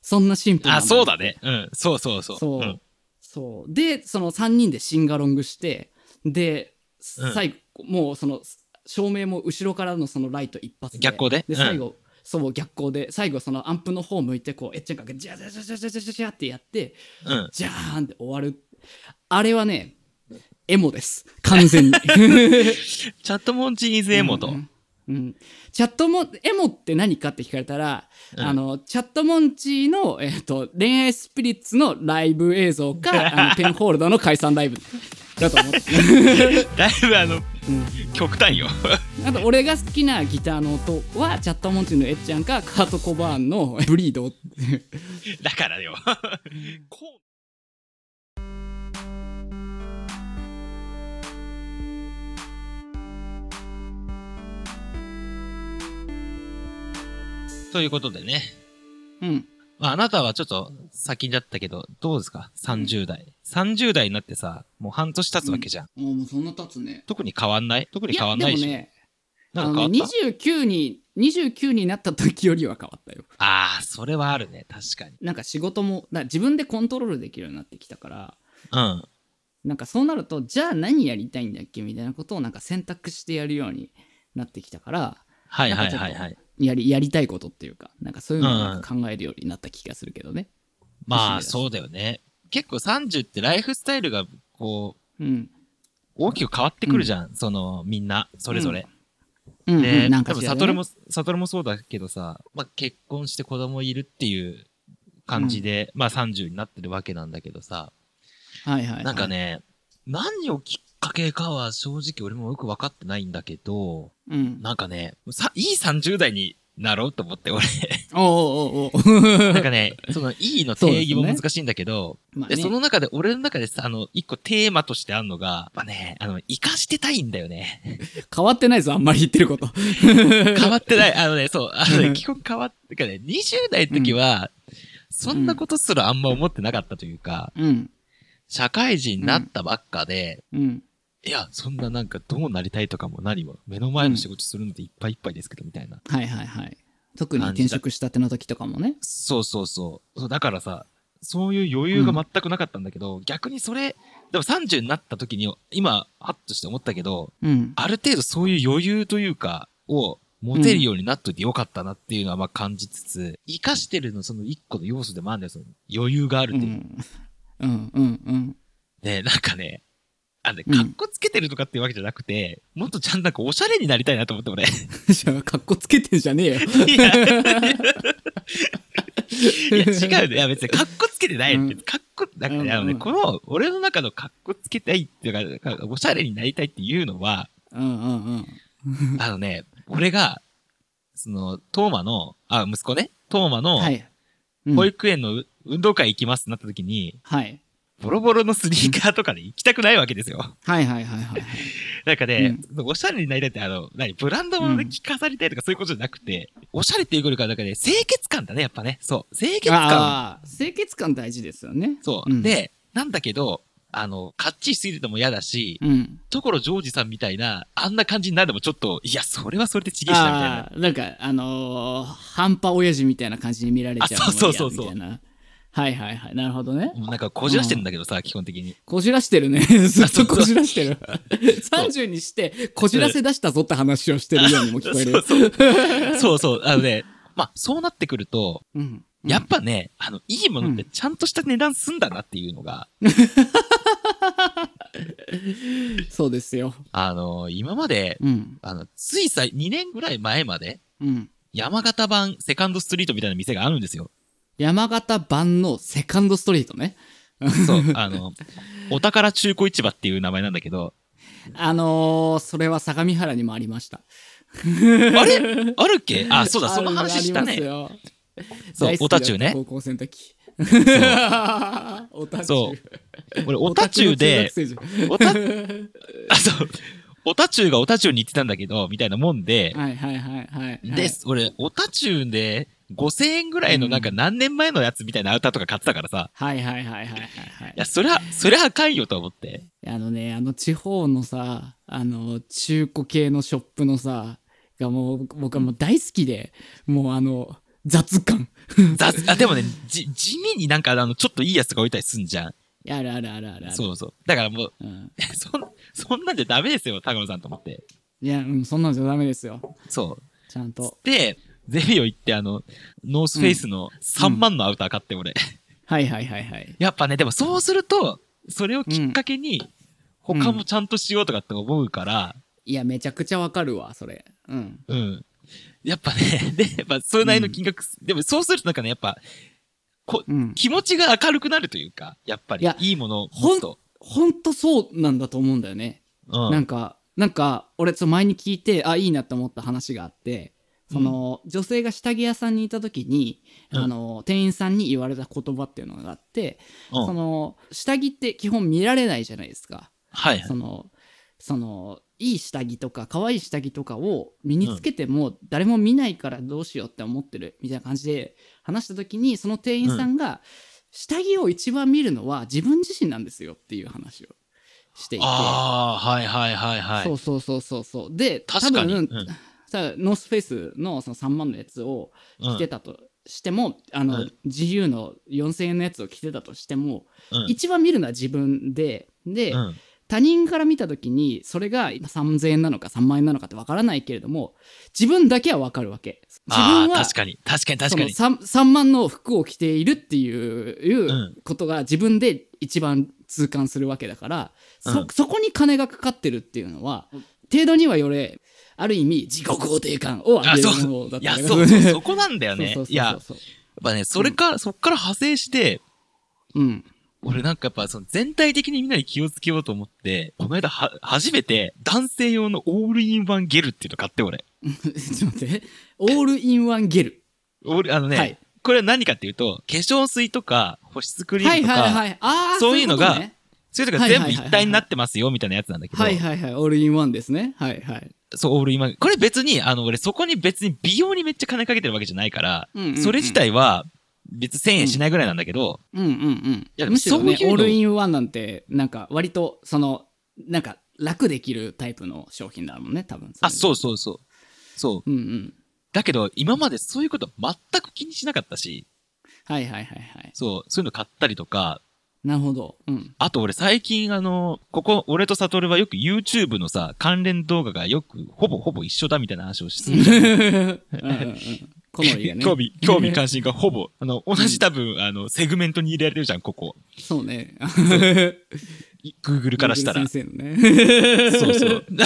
[SPEAKER 2] そんなシンプルな
[SPEAKER 1] あ、
[SPEAKER 2] もの
[SPEAKER 1] そうだね。うん。そうそうそう。
[SPEAKER 2] そう、
[SPEAKER 1] ん
[SPEAKER 2] そうでその3人でシンガロングしてで
[SPEAKER 1] うん
[SPEAKER 2] 最後、もうその照明も後ろからのそのライト一発で
[SPEAKER 1] 逆光で
[SPEAKER 2] で
[SPEAKER 1] うん
[SPEAKER 2] 最後、そう逆光で最後そのアンプの方向いてこうエッチャンかけジャジャジャジャジャジャジャってやって
[SPEAKER 1] うん。
[SPEAKER 2] じゃーんって終わる。あれはね、エモです。完 全に。
[SPEAKER 1] チャットモンチーズエモと。
[SPEAKER 2] うんうん、チャットモン、エモって何かって聞かれたら、
[SPEAKER 1] うん
[SPEAKER 2] あの、チャットモンチーの、えっ、と、恋愛スピリッツのライブ映像か、 あの、ペンホールドの解散ライブだと思って。
[SPEAKER 1] だいぶあの、
[SPEAKER 2] う
[SPEAKER 1] 極端よ。
[SPEAKER 2] あと、俺が好きなギターの音は、チャットモンチーのエッちゃんか、カート・コバーンのブリード。
[SPEAKER 1] だからよ。こうということでね、
[SPEAKER 2] うん。
[SPEAKER 1] まあ、あなたはちょっと先だったけど、どうですか ?30 代。30代になってさ、もう半年経つわけじゃん。
[SPEAKER 2] もうそんな経つね。
[SPEAKER 1] 特に変わんない特に
[SPEAKER 2] い
[SPEAKER 1] 変わ
[SPEAKER 2] や、
[SPEAKER 1] ん
[SPEAKER 2] で
[SPEAKER 1] な
[SPEAKER 2] も
[SPEAKER 1] いし。
[SPEAKER 2] ね、
[SPEAKER 1] なんか
[SPEAKER 2] あの
[SPEAKER 1] 変
[SPEAKER 2] ね
[SPEAKER 1] わった
[SPEAKER 2] 29に、29になった時よりは変わったよ。
[SPEAKER 1] ああ、それはあるね。確かに。
[SPEAKER 2] なんか仕事もだ自分でコントロールできるようになってきたから
[SPEAKER 1] うん。
[SPEAKER 2] なんかそうなるとじゃあ何やりたいんだっけみたいなことをなんか選択してやるようになってきたから
[SPEAKER 1] はいはいはいはい。
[SPEAKER 2] やりやりたいことっていうかなんかそういうのをなんか考えるようになった気がするけどね。
[SPEAKER 1] まあ、
[SPEAKER 2] 不思
[SPEAKER 1] そうだよね。結構30ってライフスタイルが、こう、
[SPEAKER 2] うん
[SPEAKER 1] 大きく変わってくるじゃん。その、みんな、それぞれ。
[SPEAKER 2] うんう
[SPEAKER 1] で、
[SPEAKER 2] ん、なん
[SPEAKER 1] 多
[SPEAKER 2] か
[SPEAKER 1] 分、
[SPEAKER 2] しら
[SPEAKER 1] 悟
[SPEAKER 2] ね
[SPEAKER 1] も、悟もそうだけどさ、まあ、結婚して子供いるっていう感じで、まあ、30になってるわけなんだけどさ、
[SPEAKER 2] はいはいはい、
[SPEAKER 1] なんか、ね、何をきっかけかは正直俺もよく分かってないんだけど、
[SPEAKER 2] うん、
[SPEAKER 1] なんかね、さ、いい30代になろうと思っ て、俺。
[SPEAKER 2] おうおうおう
[SPEAKER 1] なんかね、その、いいの定義
[SPEAKER 2] そ
[SPEAKER 1] も
[SPEAKER 2] うですね
[SPEAKER 1] 難しいんだけど、
[SPEAKER 2] まあ
[SPEAKER 1] で、
[SPEAKER 2] ね
[SPEAKER 1] その中で、俺の中でさ、あの、一個テーマとしてあるのが、まあね、あの、生かしてたいんだよね。
[SPEAKER 2] 変わってないぞあんまり言ってる こと。
[SPEAKER 1] 変わってない。あのね、そう、あの
[SPEAKER 2] うん
[SPEAKER 1] ね、基本変わって、てかね、20代の時は、そんなことすらあんま思ってなかったというか、
[SPEAKER 2] うん
[SPEAKER 1] 社会人になったばっかで、
[SPEAKER 2] うん
[SPEAKER 1] いや、そんななんかどうなりたいとかも何も、目の前の仕事するのでいっぱいいっぱいですけど、みたいな。
[SPEAKER 2] はいはいはい。特に転職したての時とかもね。
[SPEAKER 1] そうそうそう。そうだからさ、そういう余裕が全くなかったんだけど、逆にそれ、でも30になった時に、今、ハッとして思ったけど、
[SPEAKER 2] うん
[SPEAKER 1] ある程度そういう余裕というか、を持てるようになっといてよかったなっていうのはまあ感じつつ、生かしてるのその一個の要素でもあるんだよ、その余裕がある
[SPEAKER 2] う
[SPEAKER 1] っていう。ね
[SPEAKER 2] んうんうんうん。
[SPEAKER 1] なんかね、あのね、
[SPEAKER 2] うん
[SPEAKER 1] かっこつけてるとかっていうわけじゃなくて、もっとちゃんとなんかおしゃれになりたいなと思っ て俺。
[SPEAKER 2] じゃあ、かっこつけてんじゃねえよ。
[SPEAKER 1] いや、いや違うね。いや別にかっこつけけてないって、
[SPEAKER 2] うん
[SPEAKER 1] かっこ、なんか
[SPEAKER 2] うんう
[SPEAKER 1] ね、
[SPEAKER 2] ん
[SPEAKER 1] あのね、この、俺の中のかっこつけたいっていうか、なんかおしゃれになりたいっていうのは、
[SPEAKER 2] うんうんうん。
[SPEAKER 1] あのね、俺が、その、トーマの、あ、息子ね、トーマの、
[SPEAKER 2] はい。うん
[SPEAKER 1] 保育園の運動会行きますってなった時に、
[SPEAKER 2] はい。
[SPEAKER 1] ボロボロのスニーカーとかで行きたくないわけですよ。
[SPEAKER 2] はいはいはいはい。
[SPEAKER 1] なんかね、おしゃれになりたいって、あの、何、ブランド物で着飾りたいとかそういうことじゃなくて、おしゃれっていうよりかは、なんかね、清潔感だね、やっぱね。そう。清潔感。
[SPEAKER 2] ああ、清潔感大事ですよね。
[SPEAKER 1] そう、
[SPEAKER 2] ん、
[SPEAKER 1] で、なんだけど、あの、かっちりしすぎてても嫌だし、
[SPEAKER 2] うん。
[SPEAKER 1] 所ジョージさんみたいな、あんな感じになるのもちょっと、いや、それはそれでちげえしな、みたいな
[SPEAKER 2] あ。あ、なんか、あのー、半端親父みたいな感じに見られちゃうのも
[SPEAKER 1] あそうそうそうそう
[SPEAKER 2] 嫌みたいな。はいはいはい。なるほどね。
[SPEAKER 1] もうなんかこじらしてるんだけどさ、基本的に。
[SPEAKER 2] こじらしてるね。ずっ
[SPEAKER 1] そう
[SPEAKER 2] とこじらしてる。30にして、こじらせ出したぞって話をしてるようにも聞こえる。
[SPEAKER 1] そうそう。あのね、まあ、そうなってくると、
[SPEAKER 2] うん
[SPEAKER 1] やっぱね、あの、いいものってちゃんとした値段すんだなっていうのが、
[SPEAKER 2] そうですよ。
[SPEAKER 1] あの、今まで、
[SPEAKER 2] うん。
[SPEAKER 1] あの、ついさ、2年ぐらい前まで、
[SPEAKER 2] うん。
[SPEAKER 1] 山形版セカンドストリートみたいな店があるんですよ。
[SPEAKER 2] 山形版のセカンドストリートね。
[SPEAKER 1] そう、あの、お宝中古市場っていう名前なんだけど、
[SPEAKER 2] あのー、それは相模原にもありました。
[SPEAKER 1] あれあるっけあ、そうだ、
[SPEAKER 2] あ
[SPEAKER 1] その話した
[SPEAKER 2] あり
[SPEAKER 1] ね。
[SPEAKER 2] ますよ
[SPEAKER 1] そう
[SPEAKER 2] 大好き
[SPEAKER 1] おたちゅうね
[SPEAKER 2] だった高校生の時。 おたちゅ
[SPEAKER 1] そう俺、おたちゅうで、
[SPEAKER 2] オタ中学生じ
[SPEAKER 1] おた、あ、そう、おたちゅうがおたちゅうに行ってたんだけど、みたいなもんで
[SPEAKER 2] ゃん、はいはいはいはい。
[SPEAKER 1] で、。俺、オタチューンで5000円ぐらいのなんか何年前のやつみたいなアウターとか買ってたからさ、
[SPEAKER 2] はいはいはいはいはいはい
[SPEAKER 1] いや、。そりゃ、そりゃあかんよと思って。
[SPEAKER 2] あのね、あの地方のさ、あの、中古系のショップのさ、がもう、僕はもう大好きで、もうあの、雑感。
[SPEAKER 1] 雑、あ、でもね、じ、地味になんかあの、ちょっといいやつとか置いたりすんじゃん。
[SPEAKER 2] あるあるあるあるある。
[SPEAKER 1] そうそう。だからもう、
[SPEAKER 2] うん。
[SPEAKER 1] そん、そんなんじゃダメですよ、高野さんと思って。
[SPEAKER 2] いや、うん、そんなんじゃダメですよ。
[SPEAKER 1] そう。
[SPEAKER 2] ちゃんと。
[SPEAKER 1] で、ゼミを行ってあの、ノースフェイスの3万のアウター買って俺。
[SPEAKER 2] はいはいはいはい。
[SPEAKER 1] やっぱね、でもそうすると、それをきっかけに、
[SPEAKER 2] うん
[SPEAKER 1] 他もちゃんとしようとかって思うから、
[SPEAKER 2] いや、めちゃくちゃわかるわ、それ。うん。
[SPEAKER 1] うん。やっぱね、 で、やっぱ、それなりの金額、でもそうするとなんかね、やっぱ、こ、
[SPEAKER 2] うん。
[SPEAKER 1] 気持ちが明るくなるというか、やっぱり、
[SPEAKER 2] い
[SPEAKER 1] い
[SPEAKER 2] や
[SPEAKER 1] いものを持
[SPEAKER 2] ほ
[SPEAKER 1] つ
[SPEAKER 2] ん
[SPEAKER 1] と。、
[SPEAKER 2] ほんとそうなんだと思うんだよね。
[SPEAKER 1] うん。
[SPEAKER 2] なんか、なんか、俺、ちょっと前に聞いて、あ、いいなって思った話があって、その、女性が下着屋さんにいた時に、
[SPEAKER 1] うん
[SPEAKER 2] あの、店員さんに言われた言葉っていうのがあって、
[SPEAKER 1] うん
[SPEAKER 2] その、下着って基本見られないじゃないですか。
[SPEAKER 1] はいはい。
[SPEAKER 2] その、その、いい下着とか、可愛い下着とかを身につけても、誰も見ないからどうしようって思ってる、みたいな感じで話した時に、その店員さんが、下着を一番見るのは自分自身なんですよっていう話をしていて。
[SPEAKER 1] ああ、はいはいはいはい。
[SPEAKER 2] そうそうそうそうそうで
[SPEAKER 1] 確かに。
[SPEAKER 2] 多
[SPEAKER 1] う
[SPEAKER 2] 分、
[SPEAKER 1] ん。
[SPEAKER 2] さノースフェイスのその3万のやつを
[SPEAKER 1] う
[SPEAKER 2] 着
[SPEAKER 1] ん
[SPEAKER 2] てたとしても、あの、
[SPEAKER 1] うん
[SPEAKER 2] 自由の4000円のやつを着てたとしても、
[SPEAKER 1] うん
[SPEAKER 2] 一番見るのは自分でで、
[SPEAKER 1] うん
[SPEAKER 2] 他人から見た時にそれが3000円なのか3万円なのかってわからないけれども自分だけはわかるわけ自
[SPEAKER 1] あ
[SPEAKER 2] 分
[SPEAKER 1] あ、
[SPEAKER 2] は
[SPEAKER 1] 確かに。確かに確
[SPEAKER 2] そ
[SPEAKER 1] か
[SPEAKER 2] の
[SPEAKER 1] に。
[SPEAKER 2] 3, 3万の服を着ているっていう
[SPEAKER 1] う
[SPEAKER 2] い
[SPEAKER 1] ん
[SPEAKER 2] うことが自分で一番痛感するわけだから、そ
[SPEAKER 1] うん
[SPEAKER 2] そこに金がかかってるっていうのは程度にはよれある意味自己肯定感を上
[SPEAKER 1] あ、
[SPEAKER 2] げ
[SPEAKER 1] そう
[SPEAKER 2] るものだっ
[SPEAKER 1] い
[SPEAKER 2] た
[SPEAKER 1] や、
[SPEAKER 2] り
[SPEAKER 1] そうそう、そこなんだよね
[SPEAKER 2] そうそうそう。そう
[SPEAKER 1] いや、やっぱね、それから、そっから派生して、
[SPEAKER 2] うん
[SPEAKER 1] 俺なんかやっぱその全体的にみんなに気をつけようと思って、この間は、初めて男性用のオールインワンゲルっていうの買って俺。
[SPEAKER 2] ちょっと待ってオールインワンゲル
[SPEAKER 1] 俺、あのね、
[SPEAKER 2] はい
[SPEAKER 1] これは何かっていうと、化粧水とか保湿クリー
[SPEAKER 2] は
[SPEAKER 1] ム
[SPEAKER 2] い
[SPEAKER 1] とか、
[SPEAKER 2] はいはいああ
[SPEAKER 1] そういうのが
[SPEAKER 2] ね、
[SPEAKER 1] そういうのが全部
[SPEAKER 2] はいはいはいはい
[SPEAKER 1] 一体になってますよみたいなやつなんだけど、
[SPEAKER 2] はいはいはいオールインワンですねはいはい
[SPEAKER 1] そう、オールインワン。これ別に、あの、俺そこに別に美容にめっちゃ金かけてるわけじゃないから、
[SPEAKER 2] うんうんうん
[SPEAKER 1] それ自体は別に1000円しないぐらいなんだけど、
[SPEAKER 2] うんうんうん
[SPEAKER 1] やでも
[SPEAKER 2] むしろね
[SPEAKER 1] そういうの
[SPEAKER 2] オールインワンなんてなんか割とそのなんか楽できるタイプの商品だもんね多分
[SPEAKER 1] あ、そうそうそう。そう。
[SPEAKER 2] うんうん
[SPEAKER 1] だけど、今までそういうこと全く気にしなかったし、
[SPEAKER 2] はいはいはいはい
[SPEAKER 1] そう、そういうの買ったりとか、
[SPEAKER 2] なるほど うん
[SPEAKER 1] あと俺最近あの、ここ、俺とサトルはよく YouTube のさ、関連動画がよく、ほぼほぼ一緒だみたいな話をするじゃん
[SPEAKER 2] うんうんうん好みが ね
[SPEAKER 1] 興味、興味関心がほぼ、あの、同じ多分、あの、セグメントに入れられてるじゃん、ここ。
[SPEAKER 2] そうね
[SPEAKER 1] Google からしたら。
[SPEAKER 2] 先生のね
[SPEAKER 1] そうそう。
[SPEAKER 2] うんう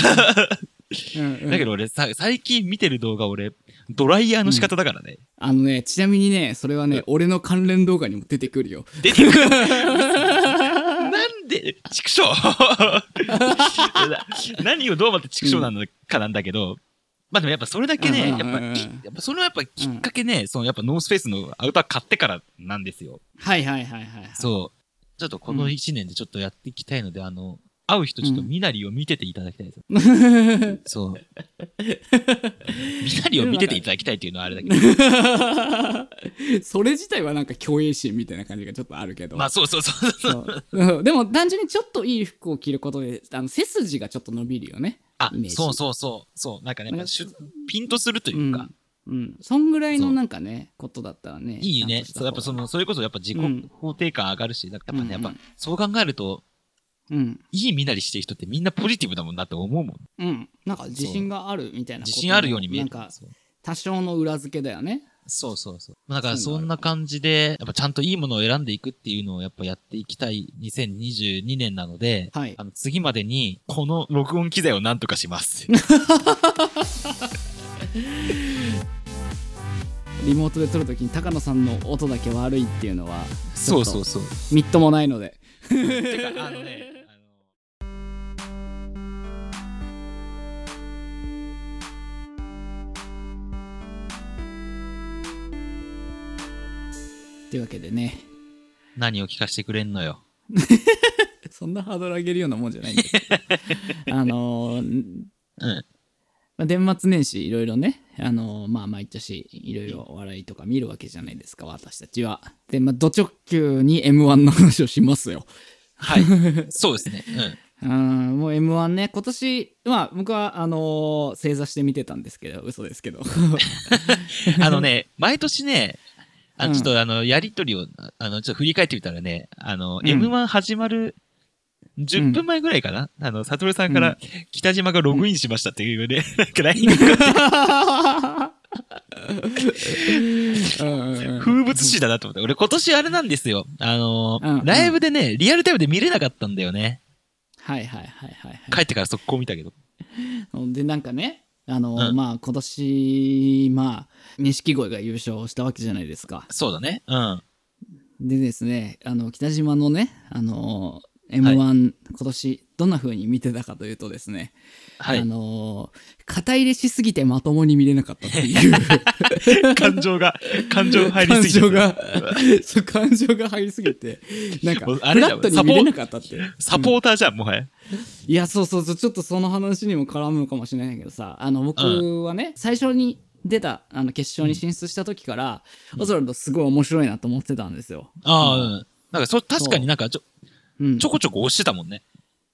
[SPEAKER 2] ん
[SPEAKER 1] だけど俺さ、最近見てる動画俺、ドライヤーの仕方だからね。
[SPEAKER 2] あのね、ちなみにね、それはね、俺の関連動画にも出てくるよ。
[SPEAKER 1] 出てくる。 なんで、畜生 何をどうまって畜生なのかなんだけど、まあでもやっぱそれだけね、
[SPEAKER 2] う
[SPEAKER 1] や
[SPEAKER 2] ん
[SPEAKER 1] っ
[SPEAKER 2] うんうん
[SPEAKER 1] ぱき、やっぱそれはやっぱきっかけね、そのやっぱノースペースのアウター買ってからなんですよ。
[SPEAKER 2] はいはいはいはいはい。
[SPEAKER 1] そう。ちょっとこの1年でちょっとやっていきたいので、あの、会う人ちょっとみなりを見てていただきたいです。そう。みなりを見てていただきたいっていうのはあれだけど。
[SPEAKER 2] それ自体はなんか共栄心みたいな感じがちょっとあるけど。
[SPEAKER 1] まあそうそうそうそう。
[SPEAKER 2] そううんでも単純にちょっといい服を着ることで、あの背筋がちょっと伸びるよね。
[SPEAKER 1] あ
[SPEAKER 2] イメー、ジ
[SPEAKER 1] そうそうそう。そう。なんかね、やっぱしゅピンとすると
[SPEAKER 2] う
[SPEAKER 1] いうか
[SPEAKER 2] ん、。うん。そんぐらいの
[SPEAKER 1] そう
[SPEAKER 2] なんかね、ことだったらね。
[SPEAKER 1] いい
[SPEAKER 2] ちゃん
[SPEAKER 1] ね。
[SPEAKER 2] とした
[SPEAKER 1] そうやっぱその、それこそやっぱ自己
[SPEAKER 2] うん
[SPEAKER 1] 肯定感上がるし、なんかやっぱね、や
[SPEAKER 2] う
[SPEAKER 1] っ
[SPEAKER 2] んうん
[SPEAKER 1] ぱそう考えると、
[SPEAKER 2] うん。
[SPEAKER 1] いい身なりしてる人ってみんなポジティブだもんなって思うもん。
[SPEAKER 2] うん。なんか自信があるみたいなこと
[SPEAKER 1] 自信あるように見え
[SPEAKER 2] なん
[SPEAKER 1] る。
[SPEAKER 2] か
[SPEAKER 1] そう
[SPEAKER 2] 多少の裏付けだよね。
[SPEAKER 1] そうそうそう。だから
[SPEAKER 2] そう
[SPEAKER 1] そ
[SPEAKER 2] いうのある
[SPEAKER 1] んな感じで、やっぱちゃんといいものを選んでいくっていうのをやっぱやっていきたい2022年なので、
[SPEAKER 2] はい
[SPEAKER 1] あの次までにこの録音機材をなんとかし ます。
[SPEAKER 2] リモートで撮るときに高野さんの音だけ悪いっていうのは、
[SPEAKER 1] そうそうそう。
[SPEAKER 2] みっともないので。
[SPEAKER 1] てか、あのね、あの
[SPEAKER 2] というわけでね、
[SPEAKER 1] 何を聞かせてくれんのよ。
[SPEAKER 2] そんなハードル上げるようなもんじゃないんですけど。あのー、
[SPEAKER 1] うん。
[SPEAKER 2] まあ、年末年始いろいろね、あのーまあ毎年いろいろお笑いとか見るわけじゃないですか、私たちは。で、まあ、ド直球に M1 の話をしますよ。
[SPEAKER 1] はい。そうですね。う
[SPEAKER 2] あー
[SPEAKER 1] ん。
[SPEAKER 2] もう M1 ね、今年、まあ僕は、あのー正座して見てたんですけど、嘘ですけど。
[SPEAKER 1] あのね、毎年ね、あ
[SPEAKER 2] うん
[SPEAKER 1] のちょっとあの、やりとりを、あの、ちょっと振り返ってみたらね、あの、
[SPEAKER 2] ん
[SPEAKER 1] M1 始まる10分前ぐらいかな、あの、サトルさんから、北島がログインしましたっていうね、なんか LINE が
[SPEAKER 2] うんうんうん
[SPEAKER 1] 風物詩だなと思って。俺今年あれなんですよ。あの、
[SPEAKER 2] うん
[SPEAKER 1] ライブでね、リアルタイムで見れなかったんだよね。
[SPEAKER 2] はいはいはいはい、はい。
[SPEAKER 1] 帰ってから速攻見たけど。
[SPEAKER 2] でなんかねあの、
[SPEAKER 1] うん
[SPEAKER 2] まあ今年まあ錦鯉が優勝したわけじゃないですか
[SPEAKER 1] そうだね。うん。
[SPEAKER 2] でですねあの北島のねあの m 1、今年どんな風に見てたかというとですね、
[SPEAKER 1] は
[SPEAKER 2] あ
[SPEAKER 1] い。
[SPEAKER 2] の肩入れしすぎてまともに見れなかったっていう
[SPEAKER 1] 感情が、感情 入り
[SPEAKER 2] 感
[SPEAKER 1] すぎて。
[SPEAKER 2] 情がそう感情が入りすぎてなんか
[SPEAKER 1] もうあ
[SPEAKER 2] フ
[SPEAKER 1] れ
[SPEAKER 2] ラ
[SPEAKER 1] だよ
[SPEAKER 2] ットに見れなかったって
[SPEAKER 1] サポーターじゃん、もはや。
[SPEAKER 2] いや、そうそうそう、ちょっとその話にも絡むかもしれないけどさ、あの、僕はね、最初に出た、あの、決勝に進出した時から、オズワルドすごい面白いなと思ってたんですよ。
[SPEAKER 1] ああ、うん。なんか、そ、確かになんかちょ、
[SPEAKER 2] うん。
[SPEAKER 1] ちょこちょこ押してたもんね。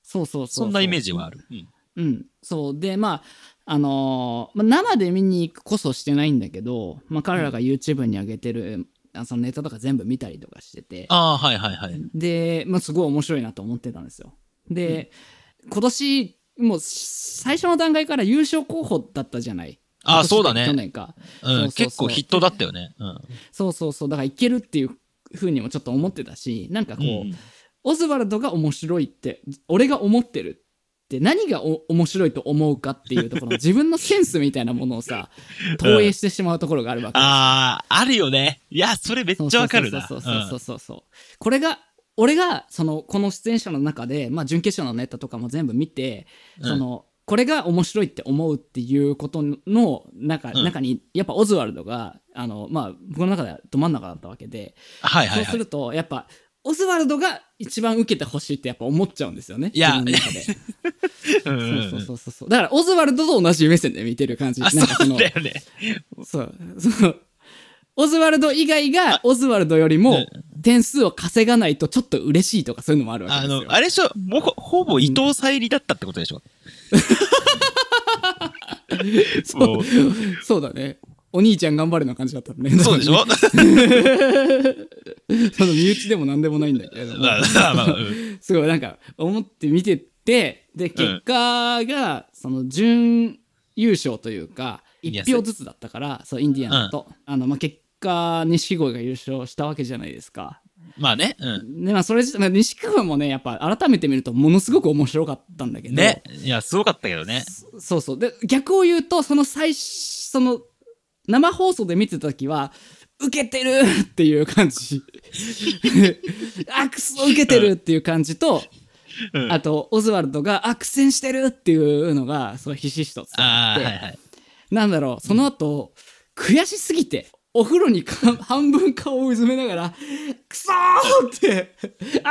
[SPEAKER 2] そうそうそう。
[SPEAKER 1] そんなイメージはあ。る。うん。
[SPEAKER 2] うん。そう。で、まあ、あのーまあ、生で見に行くこそしてないんだけど、まあ、彼らが YouTube に上げてる、あそのネタとか全部見たりとかしてて、
[SPEAKER 1] ああ、はいはいはい。
[SPEAKER 2] で、まあ、すごい面白いなと思ってたんですよ。で、今年、もう最初の段階から優勝候補だったじゃない。
[SPEAKER 1] ああ、そうだ
[SPEAKER 2] 去
[SPEAKER 1] ね。
[SPEAKER 2] 年か。そうそう
[SPEAKER 1] う。
[SPEAKER 2] そうん
[SPEAKER 1] 結構筆頭だったよね。うん。
[SPEAKER 2] そうそうそう。だからいけるっていう風にもちょっと思ってたし、なんかこう、
[SPEAKER 1] うん
[SPEAKER 2] オズワルドが面白いって、俺が思ってるって、何がお面白いと思うかっていうところの自分のセンスみたいなものを さ、投影してしまうところがあるわけ。
[SPEAKER 1] ああ、あるよね。いや、それめっ
[SPEAKER 2] そう
[SPEAKER 1] ちゃわかるな。
[SPEAKER 2] そうそうそうそううそうそう。これが、俺が、その、この出演者の中で、まあ、準決勝のネタとかも全部見て、
[SPEAKER 1] うん
[SPEAKER 2] その、これが面白いって思うっていうことの中,、
[SPEAKER 1] うん
[SPEAKER 2] 中に、やっぱオズワルドが、あの、まあ、僕の中ではど真ん中だったわけで、
[SPEAKER 1] んはいは
[SPEAKER 2] そう
[SPEAKER 1] いは
[SPEAKER 2] す
[SPEAKER 1] い。
[SPEAKER 2] ると、やっぱ、オズワルドが一番受けてほしいってやっぱ思っちゃうんですよね。
[SPEAKER 1] いや
[SPEAKER 2] 自分の中で。
[SPEAKER 1] うんうん
[SPEAKER 2] そうそうそうそう。だから、オズワルドと同じ目線で見てる感じ。
[SPEAKER 1] あ、
[SPEAKER 2] なんかそ
[SPEAKER 1] そう
[SPEAKER 2] の
[SPEAKER 1] だ、よね。
[SPEAKER 2] そう、そう。オズワルド以外が、オズワルドより
[SPEAKER 1] う
[SPEAKER 2] も
[SPEAKER 1] ん、
[SPEAKER 2] 点数を稼がないとちょっと嬉しいとかそういうのもあるわけ
[SPEAKER 1] あ
[SPEAKER 2] ですよ
[SPEAKER 1] の。、あれでしょ、もうほほぼ伊藤沙莉だったってことでしょ。
[SPEAKER 2] そう そうだね。お兄ちゃん頑張れの感じだったね。
[SPEAKER 1] そうでしょ
[SPEAKER 2] その身内でも何でもないんだけれども。
[SPEAKER 1] まあまあまあうん
[SPEAKER 2] すごいなんか思って見てってで結果がその準優勝というか
[SPEAKER 1] インディ
[SPEAKER 2] 1
[SPEAKER 1] アンス
[SPEAKER 2] 票ずつだったからそうインディアンスと、あのまあ、結果錦鯉が優勝したわけじゃないですか
[SPEAKER 1] まあね。うん。
[SPEAKER 2] でまあそれ自まあ錦鯉もねやっぱ改めて見るとものすごく面白かったんだけど
[SPEAKER 1] ね。いや、すごかったけどね。
[SPEAKER 2] そうそうで逆を言うとその最初その生放送で見てた時は、受けてるっていう感 じ。あ、くそ、受けてるっていう感じと、
[SPEAKER 1] うん
[SPEAKER 2] あと、オズワルドが、あ、苦戦してるっていうのが、そのひしひしと伝わっ
[SPEAKER 1] ああ、
[SPEAKER 2] て、
[SPEAKER 1] はいはい。
[SPEAKER 2] なんだろう、その後、悔しすぎて、お風呂にか半分顔をうずめながら、くそーって、あ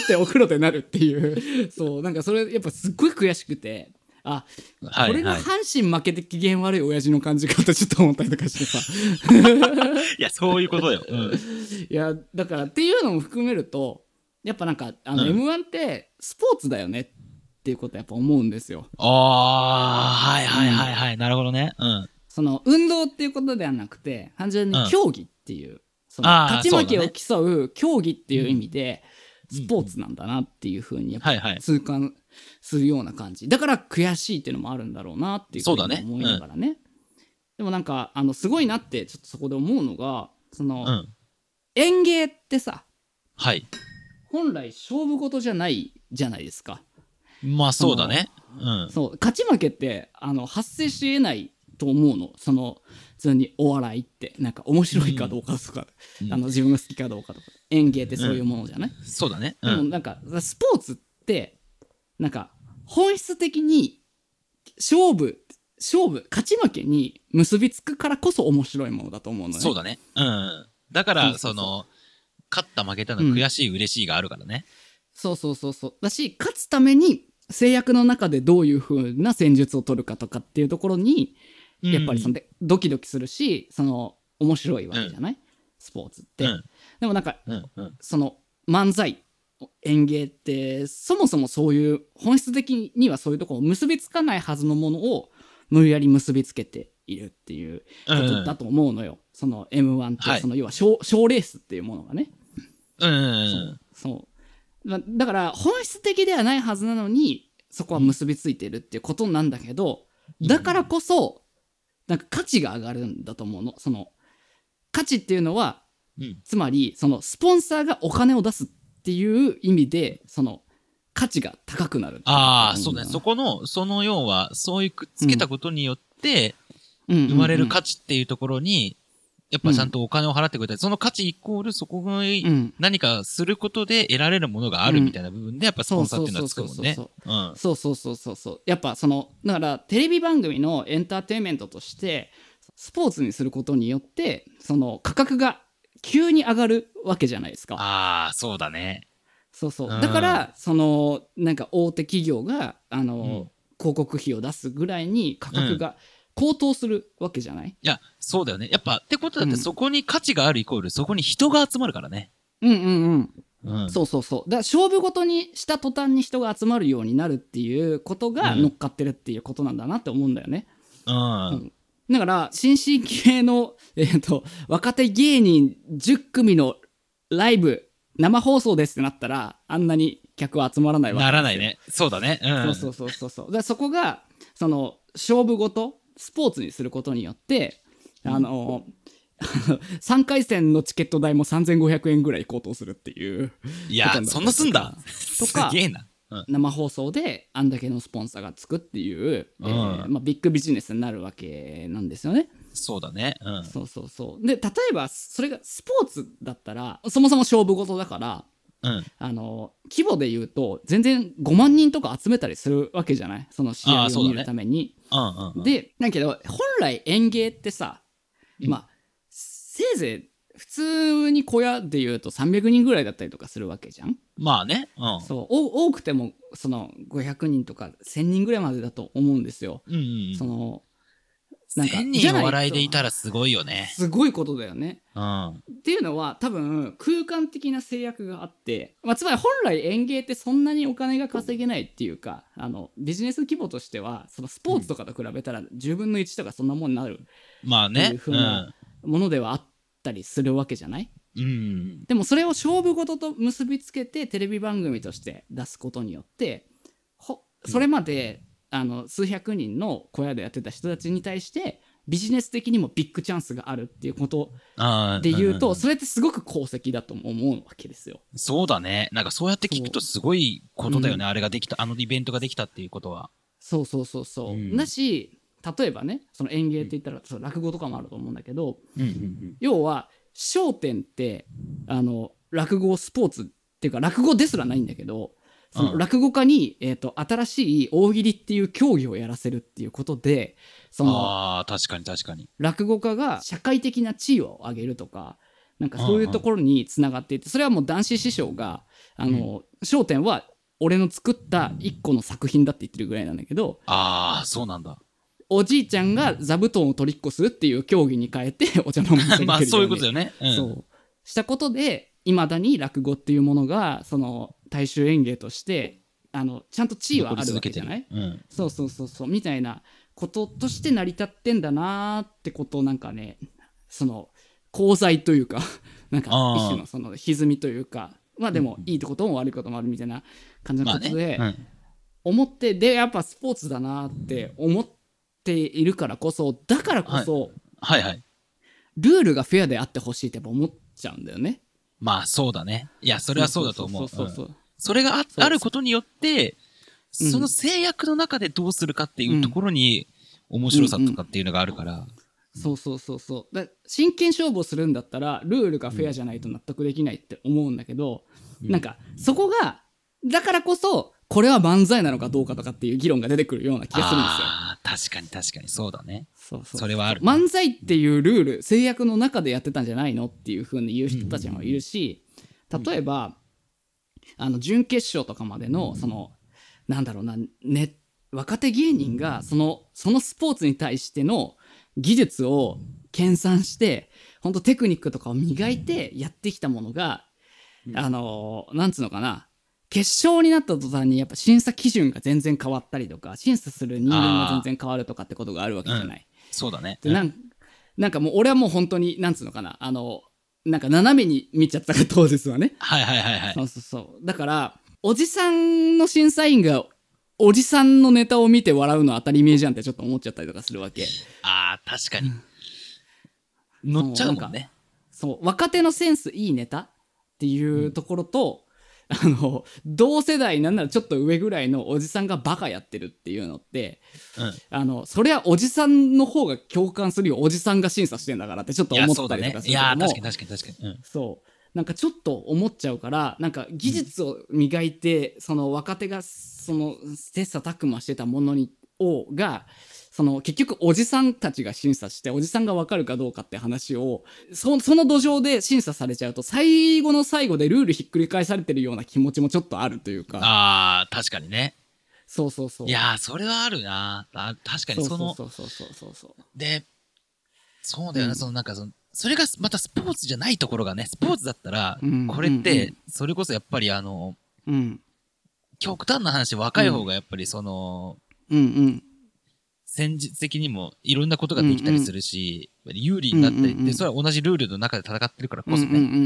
[SPEAKER 2] ーってお風呂でなるっていう、そう、なんかそれ、やっぱすっごい悔しくて、あ、
[SPEAKER 1] はいはい
[SPEAKER 2] これが阪神負けて機嫌悪い親父の感じかとちょっと思ったりとかしてさ。
[SPEAKER 1] いや、そういうことよ。うん。
[SPEAKER 2] いや、だからっていうのも含めると、やっぱなんか、あの、
[SPEAKER 1] うん
[SPEAKER 2] M1 ってスポーツだよねっていうことやっぱ思うんですよ。
[SPEAKER 1] ああ、はいはいはいはい。なるほどね。うん。
[SPEAKER 2] その運動っていうことではなくて単純
[SPEAKER 1] う
[SPEAKER 2] に
[SPEAKER 1] ん
[SPEAKER 2] 競技っていう、その
[SPEAKER 1] あー
[SPEAKER 2] 勝ち負け
[SPEAKER 1] そう
[SPEAKER 2] を競う競技っていう意味で、スポーツなんだなっていうふうにやっ
[SPEAKER 1] はいはい
[SPEAKER 2] ぱ痛感するような感じ、だから悔しいっていうのもあるんだろうなっていうふうに
[SPEAKER 1] そうだね
[SPEAKER 2] 思いながらねでもなんかあのすごいなってちょっとそこで思うのがその、
[SPEAKER 1] うん。
[SPEAKER 2] 園芸ってさ
[SPEAKER 1] はい。
[SPEAKER 2] 本来勝負事じゃないじゃないですか
[SPEAKER 1] まあ、そうだね。うん。
[SPEAKER 2] そう勝ち負けってあの発生し得ないと思うのその普通にお笑いってなんか面白いかどうかとか、
[SPEAKER 1] うん
[SPEAKER 2] あの自分が好きかどうかとか演芸ってそういうものじゃない、
[SPEAKER 1] そうだね。う
[SPEAKER 2] でも
[SPEAKER 1] ん。
[SPEAKER 2] なんかスポーツってなんか本質的に勝負勝負勝ち負けに結びつくからこそ面白いものだと思うのね
[SPEAKER 1] そうだね。うん。だか
[SPEAKER 2] そ
[SPEAKER 1] ら、そう
[SPEAKER 2] そうそう
[SPEAKER 1] の、勝った負けたの悔しい嬉しいがあるからね。
[SPEAKER 2] そうそうそうそうだし勝つために制約の中でどういう風な戦術を取るかとかっていうところにやっぱりそのでドキドキするしその面白いわけじゃない、スポーツって、
[SPEAKER 1] うん
[SPEAKER 2] でもなんか
[SPEAKER 1] うんうん。
[SPEAKER 2] その漫才演芸ってそもそもそういう本質的にはそういうところ結びつかないはずのものを無理やり結びつけているっていう
[SPEAKER 1] う
[SPEAKER 2] こ
[SPEAKER 1] んう
[SPEAKER 2] と
[SPEAKER 1] ん
[SPEAKER 2] だと思うのよ、その m 1って、
[SPEAKER 1] はい
[SPEAKER 2] その要は賞賞レースっていうものがね、
[SPEAKER 1] うんうん
[SPEAKER 2] そうまだから本質的ではないはずなのにそこは結びついてるっていうことなんだけど、
[SPEAKER 1] うん
[SPEAKER 2] だからこそなんか価値が上がるんだと思うのその価値っていうのは
[SPEAKER 1] うん。
[SPEAKER 2] つまりそのスポンサーがお金を出すっていう意味でその価値が高くなる
[SPEAKER 1] ああ、そうね。そ
[SPEAKER 2] こ
[SPEAKER 1] この、その要は、そういうくっつけたことによって、生
[SPEAKER 2] 生
[SPEAKER 1] まれる
[SPEAKER 2] 価値
[SPEAKER 1] 価値っていうところに、やっぱちゃんとお金を払ってくれたり、その価値イコール、そこが
[SPEAKER 2] うん
[SPEAKER 1] 何かすることで得られるものがあるみたいな部分で、やっぱスポンサーっていうのはつくもんね
[SPEAKER 2] そう。
[SPEAKER 1] うん。
[SPEAKER 2] そうそうそうそうそうやっぱそのだからテレビ番組のエンターテインメントとしてスポーツにすることによってその価格が急に上がるわけじゃないですか
[SPEAKER 1] ああ、そうだね。
[SPEAKER 2] そうそう
[SPEAKER 1] うん
[SPEAKER 2] だからそのなんか大手企業があの、
[SPEAKER 1] うん
[SPEAKER 2] 広告費を出すぐらいに価格が高騰するわけじゃない、
[SPEAKER 1] いや、そうだよね。やっぱ、ってことだっ
[SPEAKER 2] う
[SPEAKER 1] て、
[SPEAKER 2] ん
[SPEAKER 1] そこに価値があるイコール、そこに人が集まるからね。
[SPEAKER 2] うん、うんうん
[SPEAKER 1] うん。
[SPEAKER 2] そうそうそうだから勝負ごとにした途端に人が集まるようになるっていうことが
[SPEAKER 1] うん
[SPEAKER 2] 乗っかってるっていうことなんだなって思うんだよね、
[SPEAKER 1] うん。
[SPEAKER 2] だから新進気鋭の、 えー、と若手芸人10組のライブ生放送ですってなったらあんなに客は集まらないわけ
[SPEAKER 1] ならないね。そうだね。うん。
[SPEAKER 2] そうそうそうそうそうだからそこがその勝負ごとスポーツにすることによってあの、3回戦のチケット代も3500円ぐらい高騰するっていう
[SPEAKER 1] いや、そんなすんだ。
[SPEAKER 2] と
[SPEAKER 1] す
[SPEAKER 2] か
[SPEAKER 1] げえな。うん。
[SPEAKER 2] 生放送であんだけのスポンサーがつくっていう、えー
[SPEAKER 1] うん
[SPEAKER 2] まあ、ビッグビジネスになるわけなんですよね。
[SPEAKER 1] そうだね。うん。
[SPEAKER 2] そうそうそう。で、例えば、それがスポーツだったら、そもそも勝負事だから、
[SPEAKER 1] うん。
[SPEAKER 2] あの、規模で言うと、全然5万人とか集めたりするわけじゃないその試合
[SPEAKER 1] あー
[SPEAKER 2] を
[SPEAKER 1] そうだ
[SPEAKER 2] 見
[SPEAKER 1] ね
[SPEAKER 2] るために。
[SPEAKER 1] うん。うん。
[SPEAKER 2] で、だけど、本来園芸ってさ、
[SPEAKER 1] うん
[SPEAKER 2] まあ、せいぜい、普通に小屋で言うと300人ぐらいだったりとかするわけじゃん
[SPEAKER 1] まあね。うん。
[SPEAKER 2] そう、お多くても、その、500人とか1000人ぐらいまでだと思うんですよ。
[SPEAKER 1] うんうん
[SPEAKER 2] その、
[SPEAKER 1] う。
[SPEAKER 2] なんんか
[SPEAKER 1] 千
[SPEAKER 2] じゃ
[SPEAKER 1] 人
[SPEAKER 2] ない
[SPEAKER 1] お
[SPEAKER 2] と
[SPEAKER 1] 笑いでいたらすごいよね。
[SPEAKER 2] すごいことだよね。
[SPEAKER 1] うん。
[SPEAKER 2] っていうのは多分空間的な制約があって、まあ、つまり本来園芸ってそんなにお金が稼げないっていうかあのビジネス規模としてはそのスポーツとかと比べたら10分の1とかそんなもんになる
[SPEAKER 1] まあ
[SPEAKER 2] ってい
[SPEAKER 1] ね
[SPEAKER 2] う。ふ
[SPEAKER 1] う
[SPEAKER 2] うんな。ものではあったりするわけじゃない
[SPEAKER 1] うん。
[SPEAKER 2] でもそれを勝負事と結びつけてテレビ番組として出すことによってほそれまで、あの数百人の小屋でやってた人たちに対してビジネス的にもビッグチャンスがあるっていうこと
[SPEAKER 1] ああ。
[SPEAKER 2] で言うと、
[SPEAKER 1] んん
[SPEAKER 2] それってすごく功績だと思うわけですよ。
[SPEAKER 1] そうだね。なんかそうやって聞くとすごいことだよね。あれができた、あのイベントができたっていうことは。
[SPEAKER 2] そうそうそうそう。
[SPEAKER 1] うん
[SPEAKER 2] だし例えばねその演芸って言ったら、そう落語とかもあると思うんだけど
[SPEAKER 1] うんうん
[SPEAKER 2] 要は『笑点』ってあの落語スポーツっていうか落語ですらないんだけどその
[SPEAKER 1] うん
[SPEAKER 2] 落語家に、えー、と新しい大喜利っていう競技をやらせるっていうことでその
[SPEAKER 1] ああ、確かに確かに。
[SPEAKER 2] 落語家が社会的な地位を上げるとかなんかそういうところにつながっていてそれはもう男子師匠が「あの笑点」は俺の作った一個の作品だって言ってるぐらいなんだけど
[SPEAKER 1] ああ、そうなん だ。
[SPEAKER 2] おじいちゃんが座布団を取りっこするっていう競技に変え てお茶の水を取りっこするように
[SPEAKER 1] まあ、そういうことだよね。うん
[SPEAKER 2] そうしたことでいまだに落語っていうものがその大衆演芸としてあのちゃんと地位はあるわけじゃない
[SPEAKER 1] 残り続けてる
[SPEAKER 2] そうそうそうそうみたいなこととして成り立ってんだなーってことをなんかねその功罪というか なんか
[SPEAKER 1] あー
[SPEAKER 2] 一種のその歪みというかまあでもいいことも悪いこともあるみたいな感じ
[SPEAKER 1] うん。
[SPEAKER 2] の
[SPEAKER 1] ま
[SPEAKER 2] こ
[SPEAKER 1] あ
[SPEAKER 2] とで
[SPEAKER 1] ね。うん
[SPEAKER 2] 思ってでやっぱスポーツだなーって思っているからこそだからこそ
[SPEAKER 1] はいはい。
[SPEAKER 2] ルールがフェアであってほしいってやっぱ思っちゃうんだよね。
[SPEAKER 1] まあ、そうだね。いや、そ
[SPEAKER 2] そ
[SPEAKER 1] れはそうだと思う。
[SPEAKER 2] そうそうそう
[SPEAKER 1] うんそれがあ
[SPEAKER 2] う
[SPEAKER 1] あることによって、
[SPEAKER 2] うん
[SPEAKER 1] その制約の中でどうするかっていうところに、面白さとかっていうのがあるから。
[SPEAKER 2] そうそうそうそうだ真剣勝負をするんだったらルールがフェアじゃないと納得できないって思うんだけど、
[SPEAKER 1] うん
[SPEAKER 2] なんかそこがだからこそこれは漫才なのかどうかとかっていう議論が出てくるような気がするんですよ。
[SPEAKER 1] ああ、確かに確かに、そうだね。
[SPEAKER 2] そうそう
[SPEAKER 1] それはある。
[SPEAKER 2] 漫才っていうルール制約の中でやってたんじゃないのっていうふうに言う人たちもいるし、例えばあの準決勝とかまでのそのなんだろうな、ね、若手芸人がそのそのスポーツに対しての技術を研鑽して本当テクニックとかを磨いてやってきたものが、あのなんつうのかな決勝になった途端にやっぱ審査基準が全然変わったりとか審査する人間が全然変わるとかってことがあるわけじゃない。
[SPEAKER 1] そうだね。
[SPEAKER 2] でなんなんかもう俺はもう本当になんつうのかなあのなんか斜めに見ちゃったから当日はね、
[SPEAKER 1] はいはいはいは い。
[SPEAKER 2] そうそうそうだからおじさんの審査員がおじさんのネタを見て笑うの当たり前じゃんってちょっと思っちゃったりとかするわけ
[SPEAKER 1] ああ、確かに。乗っちゃうもんね。
[SPEAKER 2] そう若手のセンスいいネタっていうところと、あの同世代なんならちょっと上ぐらいのおじさんがバカやってるっていうのって
[SPEAKER 1] うん。
[SPEAKER 2] あのそれはおじさんの方が共感するよおじさんが審査してんだからってちょっと
[SPEAKER 1] い
[SPEAKER 2] 思
[SPEAKER 1] や、
[SPEAKER 2] っ
[SPEAKER 1] そう
[SPEAKER 2] た
[SPEAKER 1] だ
[SPEAKER 2] りと
[SPEAKER 1] ね
[SPEAKER 2] か。する
[SPEAKER 1] い
[SPEAKER 2] けども
[SPEAKER 1] や、確かに確かに確かに。うん
[SPEAKER 2] そうなんかちょっと思っちゃうからなんか技術を磨いて、その若手がその切磋琢磨してたものにをがその結局おじさんたちが審査しておじさんが分かるかどうかって話をそその土壌で審査されちゃうと最後の最後でルールひっくり返されてるような気持ちもちょっとあるというか
[SPEAKER 1] ああ、確かにね。
[SPEAKER 2] そうそうそう
[SPEAKER 1] いやー、それはあるな。あ確か
[SPEAKER 2] そ
[SPEAKER 1] に、
[SPEAKER 2] う
[SPEAKER 1] その、
[SPEAKER 2] そうそうそうそうそう
[SPEAKER 1] で、そうだよね、
[SPEAKER 2] うん
[SPEAKER 1] そのなんかその、それがまたスポーツじゃないところがね、スポーツだったら、
[SPEAKER 2] うん
[SPEAKER 1] これっ
[SPEAKER 2] う
[SPEAKER 1] て
[SPEAKER 2] ん、
[SPEAKER 1] それこそやっぱりあの、
[SPEAKER 2] うん
[SPEAKER 1] 極端な話、若い方がやっぱりその、
[SPEAKER 2] うんうん
[SPEAKER 1] 戦術的にもいろんなことができたりするし、有利になったり
[SPEAKER 2] うんう
[SPEAKER 1] っ
[SPEAKER 2] んう
[SPEAKER 1] て、
[SPEAKER 2] ん
[SPEAKER 1] それは同じルールの中で戦ってるから
[SPEAKER 2] うん
[SPEAKER 1] こ
[SPEAKER 2] うんう
[SPEAKER 1] そ
[SPEAKER 2] んうん
[SPEAKER 1] ね。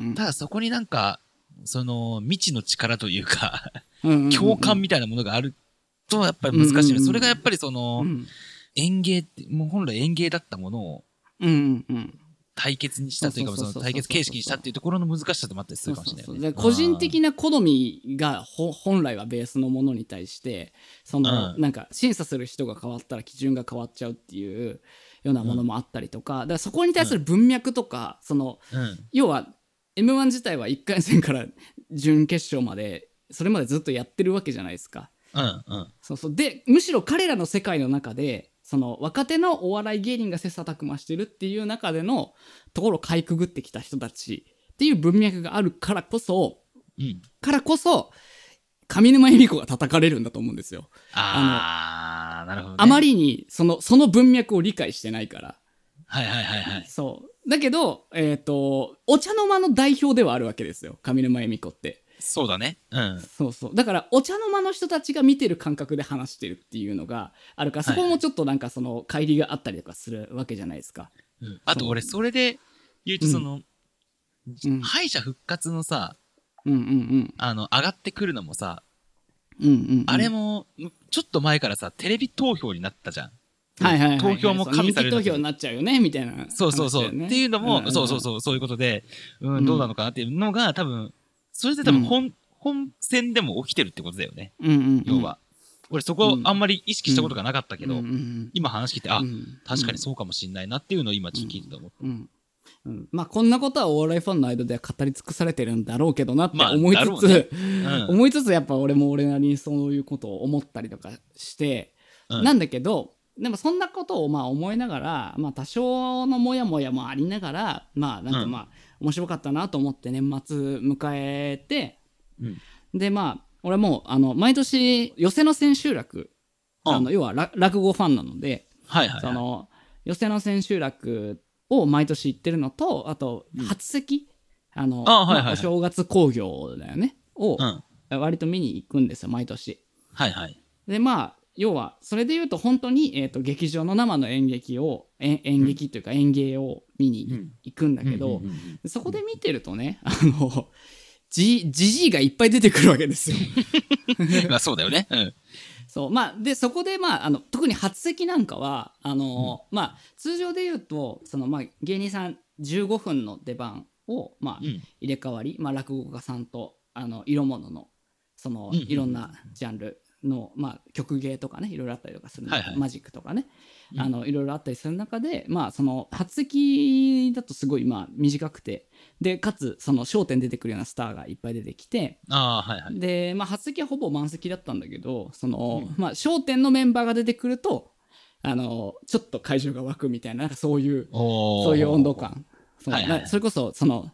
[SPEAKER 2] うんうん
[SPEAKER 1] ただそこになんか、その、未知の力というか、
[SPEAKER 2] うんうんうん
[SPEAKER 1] 共感みたいなものがあると、やっぱり難しい
[SPEAKER 2] うんうんう
[SPEAKER 1] の。
[SPEAKER 2] ん
[SPEAKER 1] それがやっぱりその
[SPEAKER 2] う、ん
[SPEAKER 1] 園芸って、もう本来園芸だったものを
[SPEAKER 2] うんうんうん
[SPEAKER 1] 対決にしたというか、
[SPEAKER 2] そう
[SPEAKER 1] そ
[SPEAKER 2] そうそう
[SPEAKER 1] の対決形式にしたっていうところの難しさともあったりす
[SPEAKER 2] そう
[SPEAKER 1] るかも
[SPEAKER 2] そ
[SPEAKER 1] し
[SPEAKER 2] う
[SPEAKER 1] れ
[SPEAKER 2] そ
[SPEAKER 1] な
[SPEAKER 2] う
[SPEAKER 1] いよね。
[SPEAKER 2] で個人的な好みがほ本来はベースのものに対してその、
[SPEAKER 1] うん
[SPEAKER 2] なんか審査する人が変わったら基準が変わっちゃうっていうようなものもあったりとか,、だからそこに対する文脈とか、その
[SPEAKER 1] うん。うん
[SPEAKER 2] 要は m 1自体は1回戦から準決勝までそれまでずっとやってるわけじゃないですか。
[SPEAKER 1] うんうん。
[SPEAKER 2] そうそうでむしろ彼らの世界の中でその若手のお笑い芸人が切磋琢磨してるっていう中でのところをかいくぐってきた人たちっていう文脈があるからこそ
[SPEAKER 1] うん。
[SPEAKER 2] からこそ上沼恵美子が叩かれるんだと思うんですよ。
[SPEAKER 1] あー、なるほど、ね。
[SPEAKER 2] あま。りにそのその文脈を理解してないから。
[SPEAKER 1] はいはいはいはい。
[SPEAKER 2] そうだけど、えっとお茶の間の代表ではあるわけですよ上沼恵美子って。
[SPEAKER 1] そうだね。うん。
[SPEAKER 2] そうそうだからお茶の間の人たちが見てる感覚で話してるっていうのがあるからそ
[SPEAKER 1] はい
[SPEAKER 2] こもちょっとなんかその乖離があったりとかするわけじゃないですか。
[SPEAKER 1] うんあと俺、それで言うと、
[SPEAKER 2] うん
[SPEAKER 1] その、
[SPEAKER 2] うん
[SPEAKER 1] 敗者復活のさ、
[SPEAKER 2] うんうん
[SPEAKER 1] あの、上がってくるのもさ、
[SPEAKER 2] うんうんうんうん
[SPEAKER 1] あれも、ちょっと前からさ、テレビ投票になったじゃん。
[SPEAKER 2] はいはいはいはい
[SPEAKER 1] 投票も加味される
[SPEAKER 2] そう人気投票になっちゃうよねみたいな話だよね、
[SPEAKER 1] そうそうそう。っていうのも、
[SPEAKER 2] んんん
[SPEAKER 1] そうそうそう、そういうことで、うん、どうなのかなっていうのが、多分、それで多分本、本戦でも起きてるってことだよね、
[SPEAKER 2] うんうんうん
[SPEAKER 1] 要は。
[SPEAKER 3] 俺そこあんまり意識したことがなかったけど、
[SPEAKER 2] うんうん
[SPEAKER 3] 今話聞いて、あ、
[SPEAKER 2] うん
[SPEAKER 3] 確かにそうかもしんないなっていうのを今ちょっと聞いてたもん。
[SPEAKER 2] うんうん、まあこんなことはお笑いファンの間では語り尽くされてるんだろうけどなって
[SPEAKER 3] まあ
[SPEAKER 2] 思い
[SPEAKER 3] だろ
[SPEAKER 2] つ
[SPEAKER 3] う
[SPEAKER 2] つ、
[SPEAKER 3] ねうん
[SPEAKER 2] 思いつつやっぱ俺も俺なりにそういうことを思ったりとかして、
[SPEAKER 3] うん
[SPEAKER 2] なんだけどでもそんなことをまあ思いながら、まあ、多少のモヤモヤもありながらまあなんか
[SPEAKER 3] うん
[SPEAKER 2] まあ面白かったなと思って年末迎えて、
[SPEAKER 3] うん
[SPEAKER 2] でまあ俺もうあの毎年寄席の千秋楽
[SPEAKER 3] うん
[SPEAKER 2] あの要はら落語ファンなので、
[SPEAKER 3] はいはい
[SPEAKER 2] そ
[SPEAKER 3] はい。
[SPEAKER 2] の寄席の千秋楽を毎年行ってるのとあと
[SPEAKER 3] うん
[SPEAKER 2] 初席、あの
[SPEAKER 3] あはいはいはい
[SPEAKER 2] まお正月興行だよねを
[SPEAKER 3] うん。
[SPEAKER 2] 割と見に行くんですよ毎年
[SPEAKER 3] はいはい。
[SPEAKER 2] でまあ要はそれで言うと本当に、えー、と劇場の生の演劇をえ演劇というか演芸を見に行くんだけど、
[SPEAKER 3] うんうんうん
[SPEAKER 2] そこで見てるとねあのじじじいがいっぱい出てくるわけですよ
[SPEAKER 3] うんまあそうだよね。うん。
[SPEAKER 2] そう。まあ、で、そこで、まあ、あの、特に初席なんかは、あのーまあ、通常で言うと、その、まあ、芸人さん15分の出番を、まあ、
[SPEAKER 3] うん
[SPEAKER 2] 入れ替わり、まあ、落語家さんと、あの、色物の、その、
[SPEAKER 3] うんうん
[SPEAKER 2] いろんなジャンルの、まあ、曲芸とかね、いろいろあったりとかする、
[SPEAKER 3] はいはい
[SPEAKER 2] マジックとかね、
[SPEAKER 3] うん
[SPEAKER 2] あの、いろいろあったりする中で、まあ、その、初席だとすごい、まあ、短くて、で、かつ、その、焦点出てくるようなスターがいっぱい出てきて、
[SPEAKER 3] ああ、はいはい。
[SPEAKER 2] で、まあ、初席はほぼ満席だったんだけど、その、
[SPEAKER 3] うん
[SPEAKER 2] まあ、焦点のメンバーが出てくると、あの、ちょっと会場が湧くみたいな、なんかそういう、
[SPEAKER 3] おー
[SPEAKER 2] そういう温度。感。そう
[SPEAKER 3] はいはいはい
[SPEAKER 2] なそれこそ、その、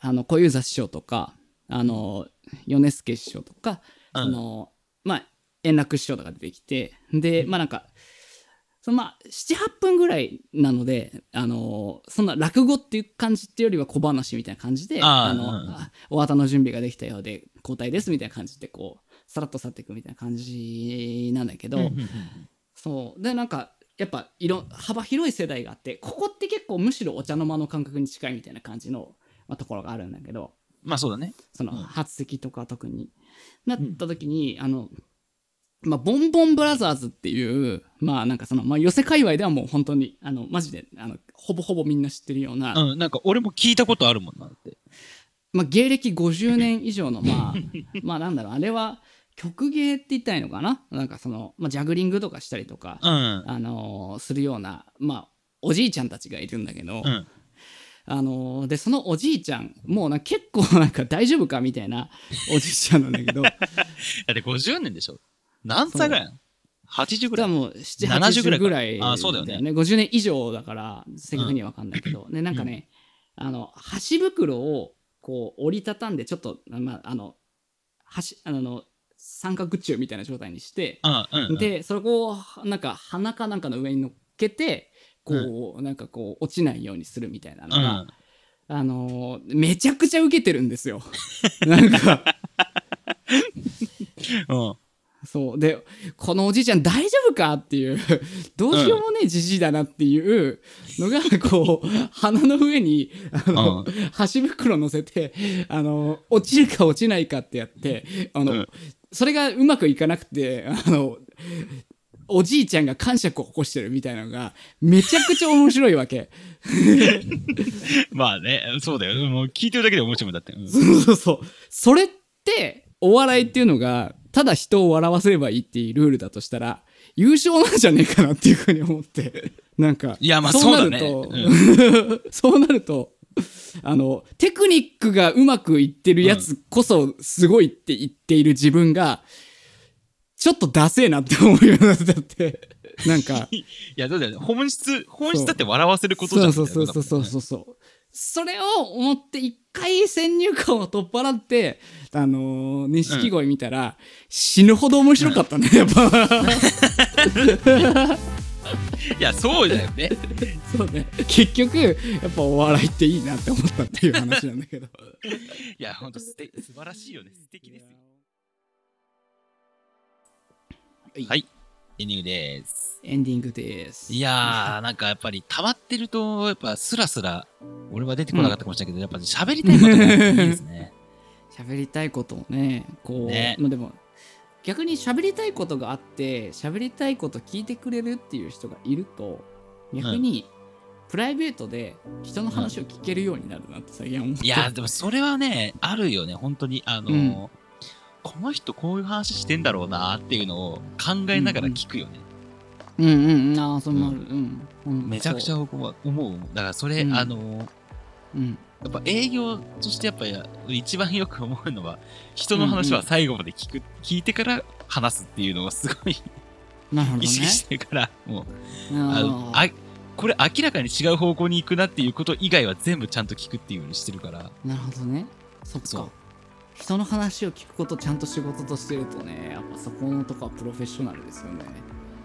[SPEAKER 2] あの、小遊三師匠とか、あの、米助師匠とか、
[SPEAKER 3] うん
[SPEAKER 2] その、まあ、円楽師匠とか出てきて、で、まあなんか、そのまあ、7、8分ぐらいなので、あのそんな落語っていう感じっていうよりは小話みたいな感じで、
[SPEAKER 3] あー
[SPEAKER 2] の、
[SPEAKER 3] うん
[SPEAKER 2] あお旗の準備ができたようで、交代ですみたいな感じで、こう、さらっと去っていくみたいな感じなんだけど、
[SPEAKER 3] うんうんうん
[SPEAKER 2] そうでなんかやっぱいろ幅広い世代があってここって結構むしろお茶の間の感覚に近いみたいな感じの、まあ、ところがあるんだけど
[SPEAKER 3] まあそうだね。
[SPEAKER 2] その
[SPEAKER 3] うん
[SPEAKER 2] 初席とか特に、なった時にあの、まあ、ボンボンブラザーズっていうまあなんかその、まあ、寄せ界隈ではもう本当にあのマジであのほぼほぼみんな知ってるような、
[SPEAKER 3] うん。なんか俺も聞いたことあるもんなって。
[SPEAKER 2] まあ、芸歴50年以上のまあ まあなんだろうあれは曲芸って言ったらいいのかななんかその、まあ、ジャグリングとかしたりとか、
[SPEAKER 3] うん。
[SPEAKER 2] あのーするような、まあ、おじいちゃんたちがいるんだけど、
[SPEAKER 3] うん。
[SPEAKER 2] あのーでそのおじいちゃんもうな結構なんか大丈夫かみたいなおじいちゃんなんだ けどだか
[SPEAKER 3] だって50年でしょ何歳ぐらいなの ?80 ぐら
[SPEAKER 2] ら
[SPEAKER 3] い
[SPEAKER 2] もう7
[SPEAKER 3] 70
[SPEAKER 2] 80ぐら
[SPEAKER 3] ぐらい
[SPEAKER 2] い
[SPEAKER 3] かあそうだよね
[SPEAKER 2] 50年以上だから正確には分かんないけど、ねなんかね、あの箸袋をこう折りたたんでちょっと、まあ、あの箸あの三角柱みたいな状態にして、
[SPEAKER 3] うんうんうん。
[SPEAKER 2] でそこをなんか鼻かなんかの上に乗っけてこう、なんかこう落ちないようにするみたいなの
[SPEAKER 3] う
[SPEAKER 2] が、
[SPEAKER 3] ん。
[SPEAKER 2] あのーめちゃくちゃ受けてるんですよなんか
[SPEAKER 3] うん。
[SPEAKER 2] そうでこのおじいちゃん大丈夫かっていう どうしようもねえじじいだなっていうのがこう鼻の上にあの、
[SPEAKER 3] うん
[SPEAKER 2] 箸袋乗せてあの落ちるか落ちないかってやってあの、
[SPEAKER 3] うん
[SPEAKER 2] それがうまくいかなくてあのおじいちゃんが感触を起こしてるみたいなのがめちゃくちゃ面白いわけ。
[SPEAKER 3] まあね、そうだよ。もう聞いてるだけで面白いもんだって。うん
[SPEAKER 2] そうそうそう。それって、お笑いっていうのが、ただ人を笑わせればいいっていうルールだとしたら、優勝なんじゃねえかなっていうふうに思って。なんか、
[SPEAKER 3] いやまあ
[SPEAKER 2] なると、 そうなると、あの、テクニックがうまくいってるやつこそすごいって言っている自分が、ちょっとダセえなって思うようになっちゃって。なんか、
[SPEAKER 3] いや、そうだよね。本質、本質だって笑わせることじゃん
[SPEAKER 2] そうそうそうそうそうそう。それを思って一回先入観を取っ払って、あのー、錦鯉見たら、死ぬほど面白かったね、やっぱ。
[SPEAKER 3] いや、そうだよね。
[SPEAKER 2] そうね。結局、やっぱお笑いっていいなって思ったっていう話なんだけど。
[SPEAKER 3] いや、ほんと素敵、素晴らしいよね。素敵ですよ。はいエンディングです。
[SPEAKER 2] エンディングです。
[SPEAKER 3] いやー、なんかやっぱり溜まってると、やっぱスラスラ、俺は出てこなかったかもしれないけど、やっぱ喋りたいことがいいですね。
[SPEAKER 2] 喋りたいことをね、こう、
[SPEAKER 3] ね
[SPEAKER 2] まあでも、逆に喋りたいことがあって、喋りたいこと聞いてくれるっていう人がいると、逆に、プライベートで人の話を聞けるようになるなって最近思って。
[SPEAKER 3] いやー、でもそれはね、あるよね、本当に。あのー
[SPEAKER 2] うん
[SPEAKER 1] この人こういう話してんだろうなっていうのを考えながら聞くよね。
[SPEAKER 2] うんうんああそんなあるうん、うん、
[SPEAKER 1] めちゃくちゃ僕は思う。だからそれ、
[SPEAKER 2] うん
[SPEAKER 1] あの、
[SPEAKER 2] そううん
[SPEAKER 1] やっぱ営業としてやっぱり一番よく思うのは、人の話は最後まで聞く、聞いてから話すっていうのをすごい
[SPEAKER 2] なるほどね
[SPEAKER 1] 意識してから、もう、あの
[SPEAKER 2] あ
[SPEAKER 1] あこれ明らかに違う方向に行くなっていうこと以外は全部ちゃんと聞くっていうようにしてるから。
[SPEAKER 2] あなるほどねそっ
[SPEAKER 1] そ
[SPEAKER 2] か
[SPEAKER 1] う
[SPEAKER 2] 人の話を聞くことちゃんと仕事としてるとねやっぱそこのとこはプロフェッショナルですよね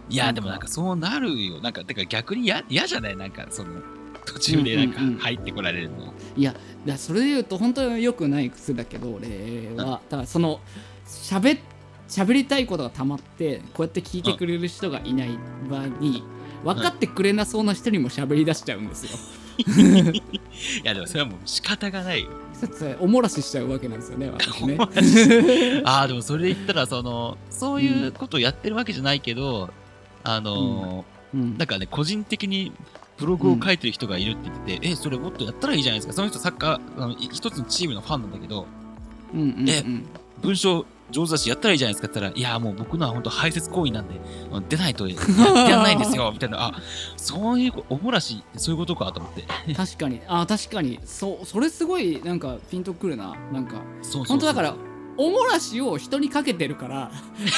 [SPEAKER 1] い
[SPEAKER 2] な
[SPEAKER 1] や、
[SPEAKER 2] んか
[SPEAKER 1] でもなんかそうなるよ。なんか、てか逆にや嫌じゃないなんか、その、途中でなんか
[SPEAKER 2] うんうんうん
[SPEAKER 1] 入ってこられるの。
[SPEAKER 2] いやだからそれで言うと本当によくない癖だけど俺はだからその喋っ喋りたいことがたまってこうやって聞いてくれる人がいない場合に分かってくれなそうな人にも喋り出しちゃうんですよ。
[SPEAKER 1] いや、でもそれはもう仕方がないよ。
[SPEAKER 2] それおもらししちゃうわけなん ですよね私ね。
[SPEAKER 1] ああ、でもそれで言ったら、その、そういうことをやってるわけじゃないけど、あの
[SPEAKER 2] うん
[SPEAKER 1] ー、なんかね、個人的にブログを書いてる人がいるって言ってて、え、それもっとやったらいいじゃないですか。その人サッカー、あのい一つのチームのファンなんだけど、
[SPEAKER 2] うんうんうん
[SPEAKER 1] え文章上手だしやったらいいじゃないですかって言ったら、いや、もう僕のは本当排泄行為なんで、うん出ないと やってやんないんですよ、みたいな。あ、そういうこ、おもらし、そういうことかと思って。
[SPEAKER 2] 確かにあ確かにそうそれすごいなんかピンとくるななんか
[SPEAKER 1] そうそうそう
[SPEAKER 2] 本当だからおもらしを人にかけてるから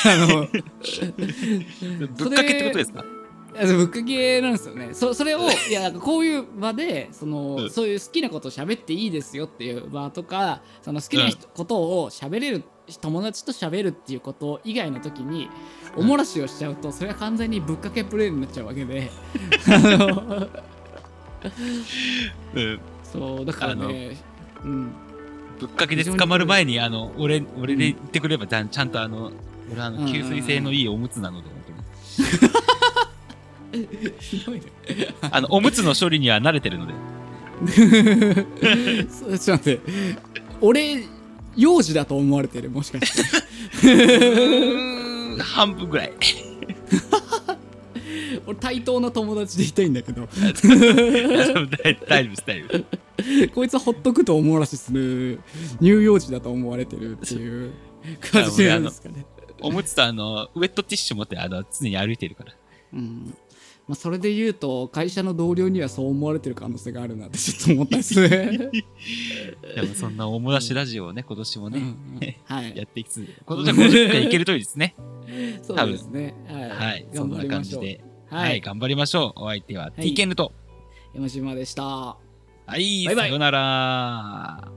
[SPEAKER 2] あの
[SPEAKER 1] ぶっかけってことですか
[SPEAKER 2] あそうぶっかけなんですよねそそれをいやなんかこういう場でその、
[SPEAKER 1] うん
[SPEAKER 2] そういう好きなことを喋っていいですよっていう場とかその好きな人ことを喋れる友達と喋るっていうこと以外の時におもらしをしちゃうと、それは完全にぶっかけプレイになっちゃうわけであの
[SPEAKER 1] うん。
[SPEAKER 2] そうだからねうん
[SPEAKER 1] ぶっかけで捕まる前に、あの、俺、俺で言ってくれば、ちゃんちゃんとあの、俺あ
[SPEAKER 2] うん
[SPEAKER 1] の、吸水性のいいおむつなので、本当に
[SPEAKER 2] ひどいね
[SPEAKER 1] あの、おむつの処理には慣れてるので。
[SPEAKER 2] そうちょっと待って俺幼児だと思われてるもしか して
[SPEAKER 1] うん半分ぐらい。
[SPEAKER 2] 俺対等な友達でいたいんだけど
[SPEAKER 1] 大大丈夫です、大丈夫で
[SPEAKER 2] こいつはほっとくと思わらしする乳幼児だと思われてるっていう感じなんですかね。
[SPEAKER 1] す。おむつとあの、ウェットティッシュ持って、あの、常に歩いてるから。
[SPEAKER 2] うんまあ、それで言うと会社の同僚にはそう思われてる可能性があるなってちょっと思ったん ですね。
[SPEAKER 1] でもそんなおもらしラジオをね、今年も
[SPEAKER 2] うんう
[SPEAKER 1] ね、
[SPEAKER 2] んはい
[SPEAKER 1] や、っていきつつ、今年は50回いけるといいですね。
[SPEAKER 2] そうですね。はい、
[SPEAKER 1] はい、そ
[SPEAKER 2] 頑
[SPEAKER 1] ん
[SPEAKER 2] 張
[SPEAKER 1] な
[SPEAKER 2] り
[SPEAKER 1] 感
[SPEAKER 2] まし
[SPEAKER 1] じ
[SPEAKER 2] ょう。
[SPEAKER 1] で、
[SPEAKER 2] は
[SPEAKER 1] はい、
[SPEAKER 2] い、
[SPEAKER 1] 頑張りましょう。お相手は TK ヌと。
[SPEAKER 2] 山島でした。
[SPEAKER 1] はい、
[SPEAKER 2] バイバイ
[SPEAKER 1] さよなら。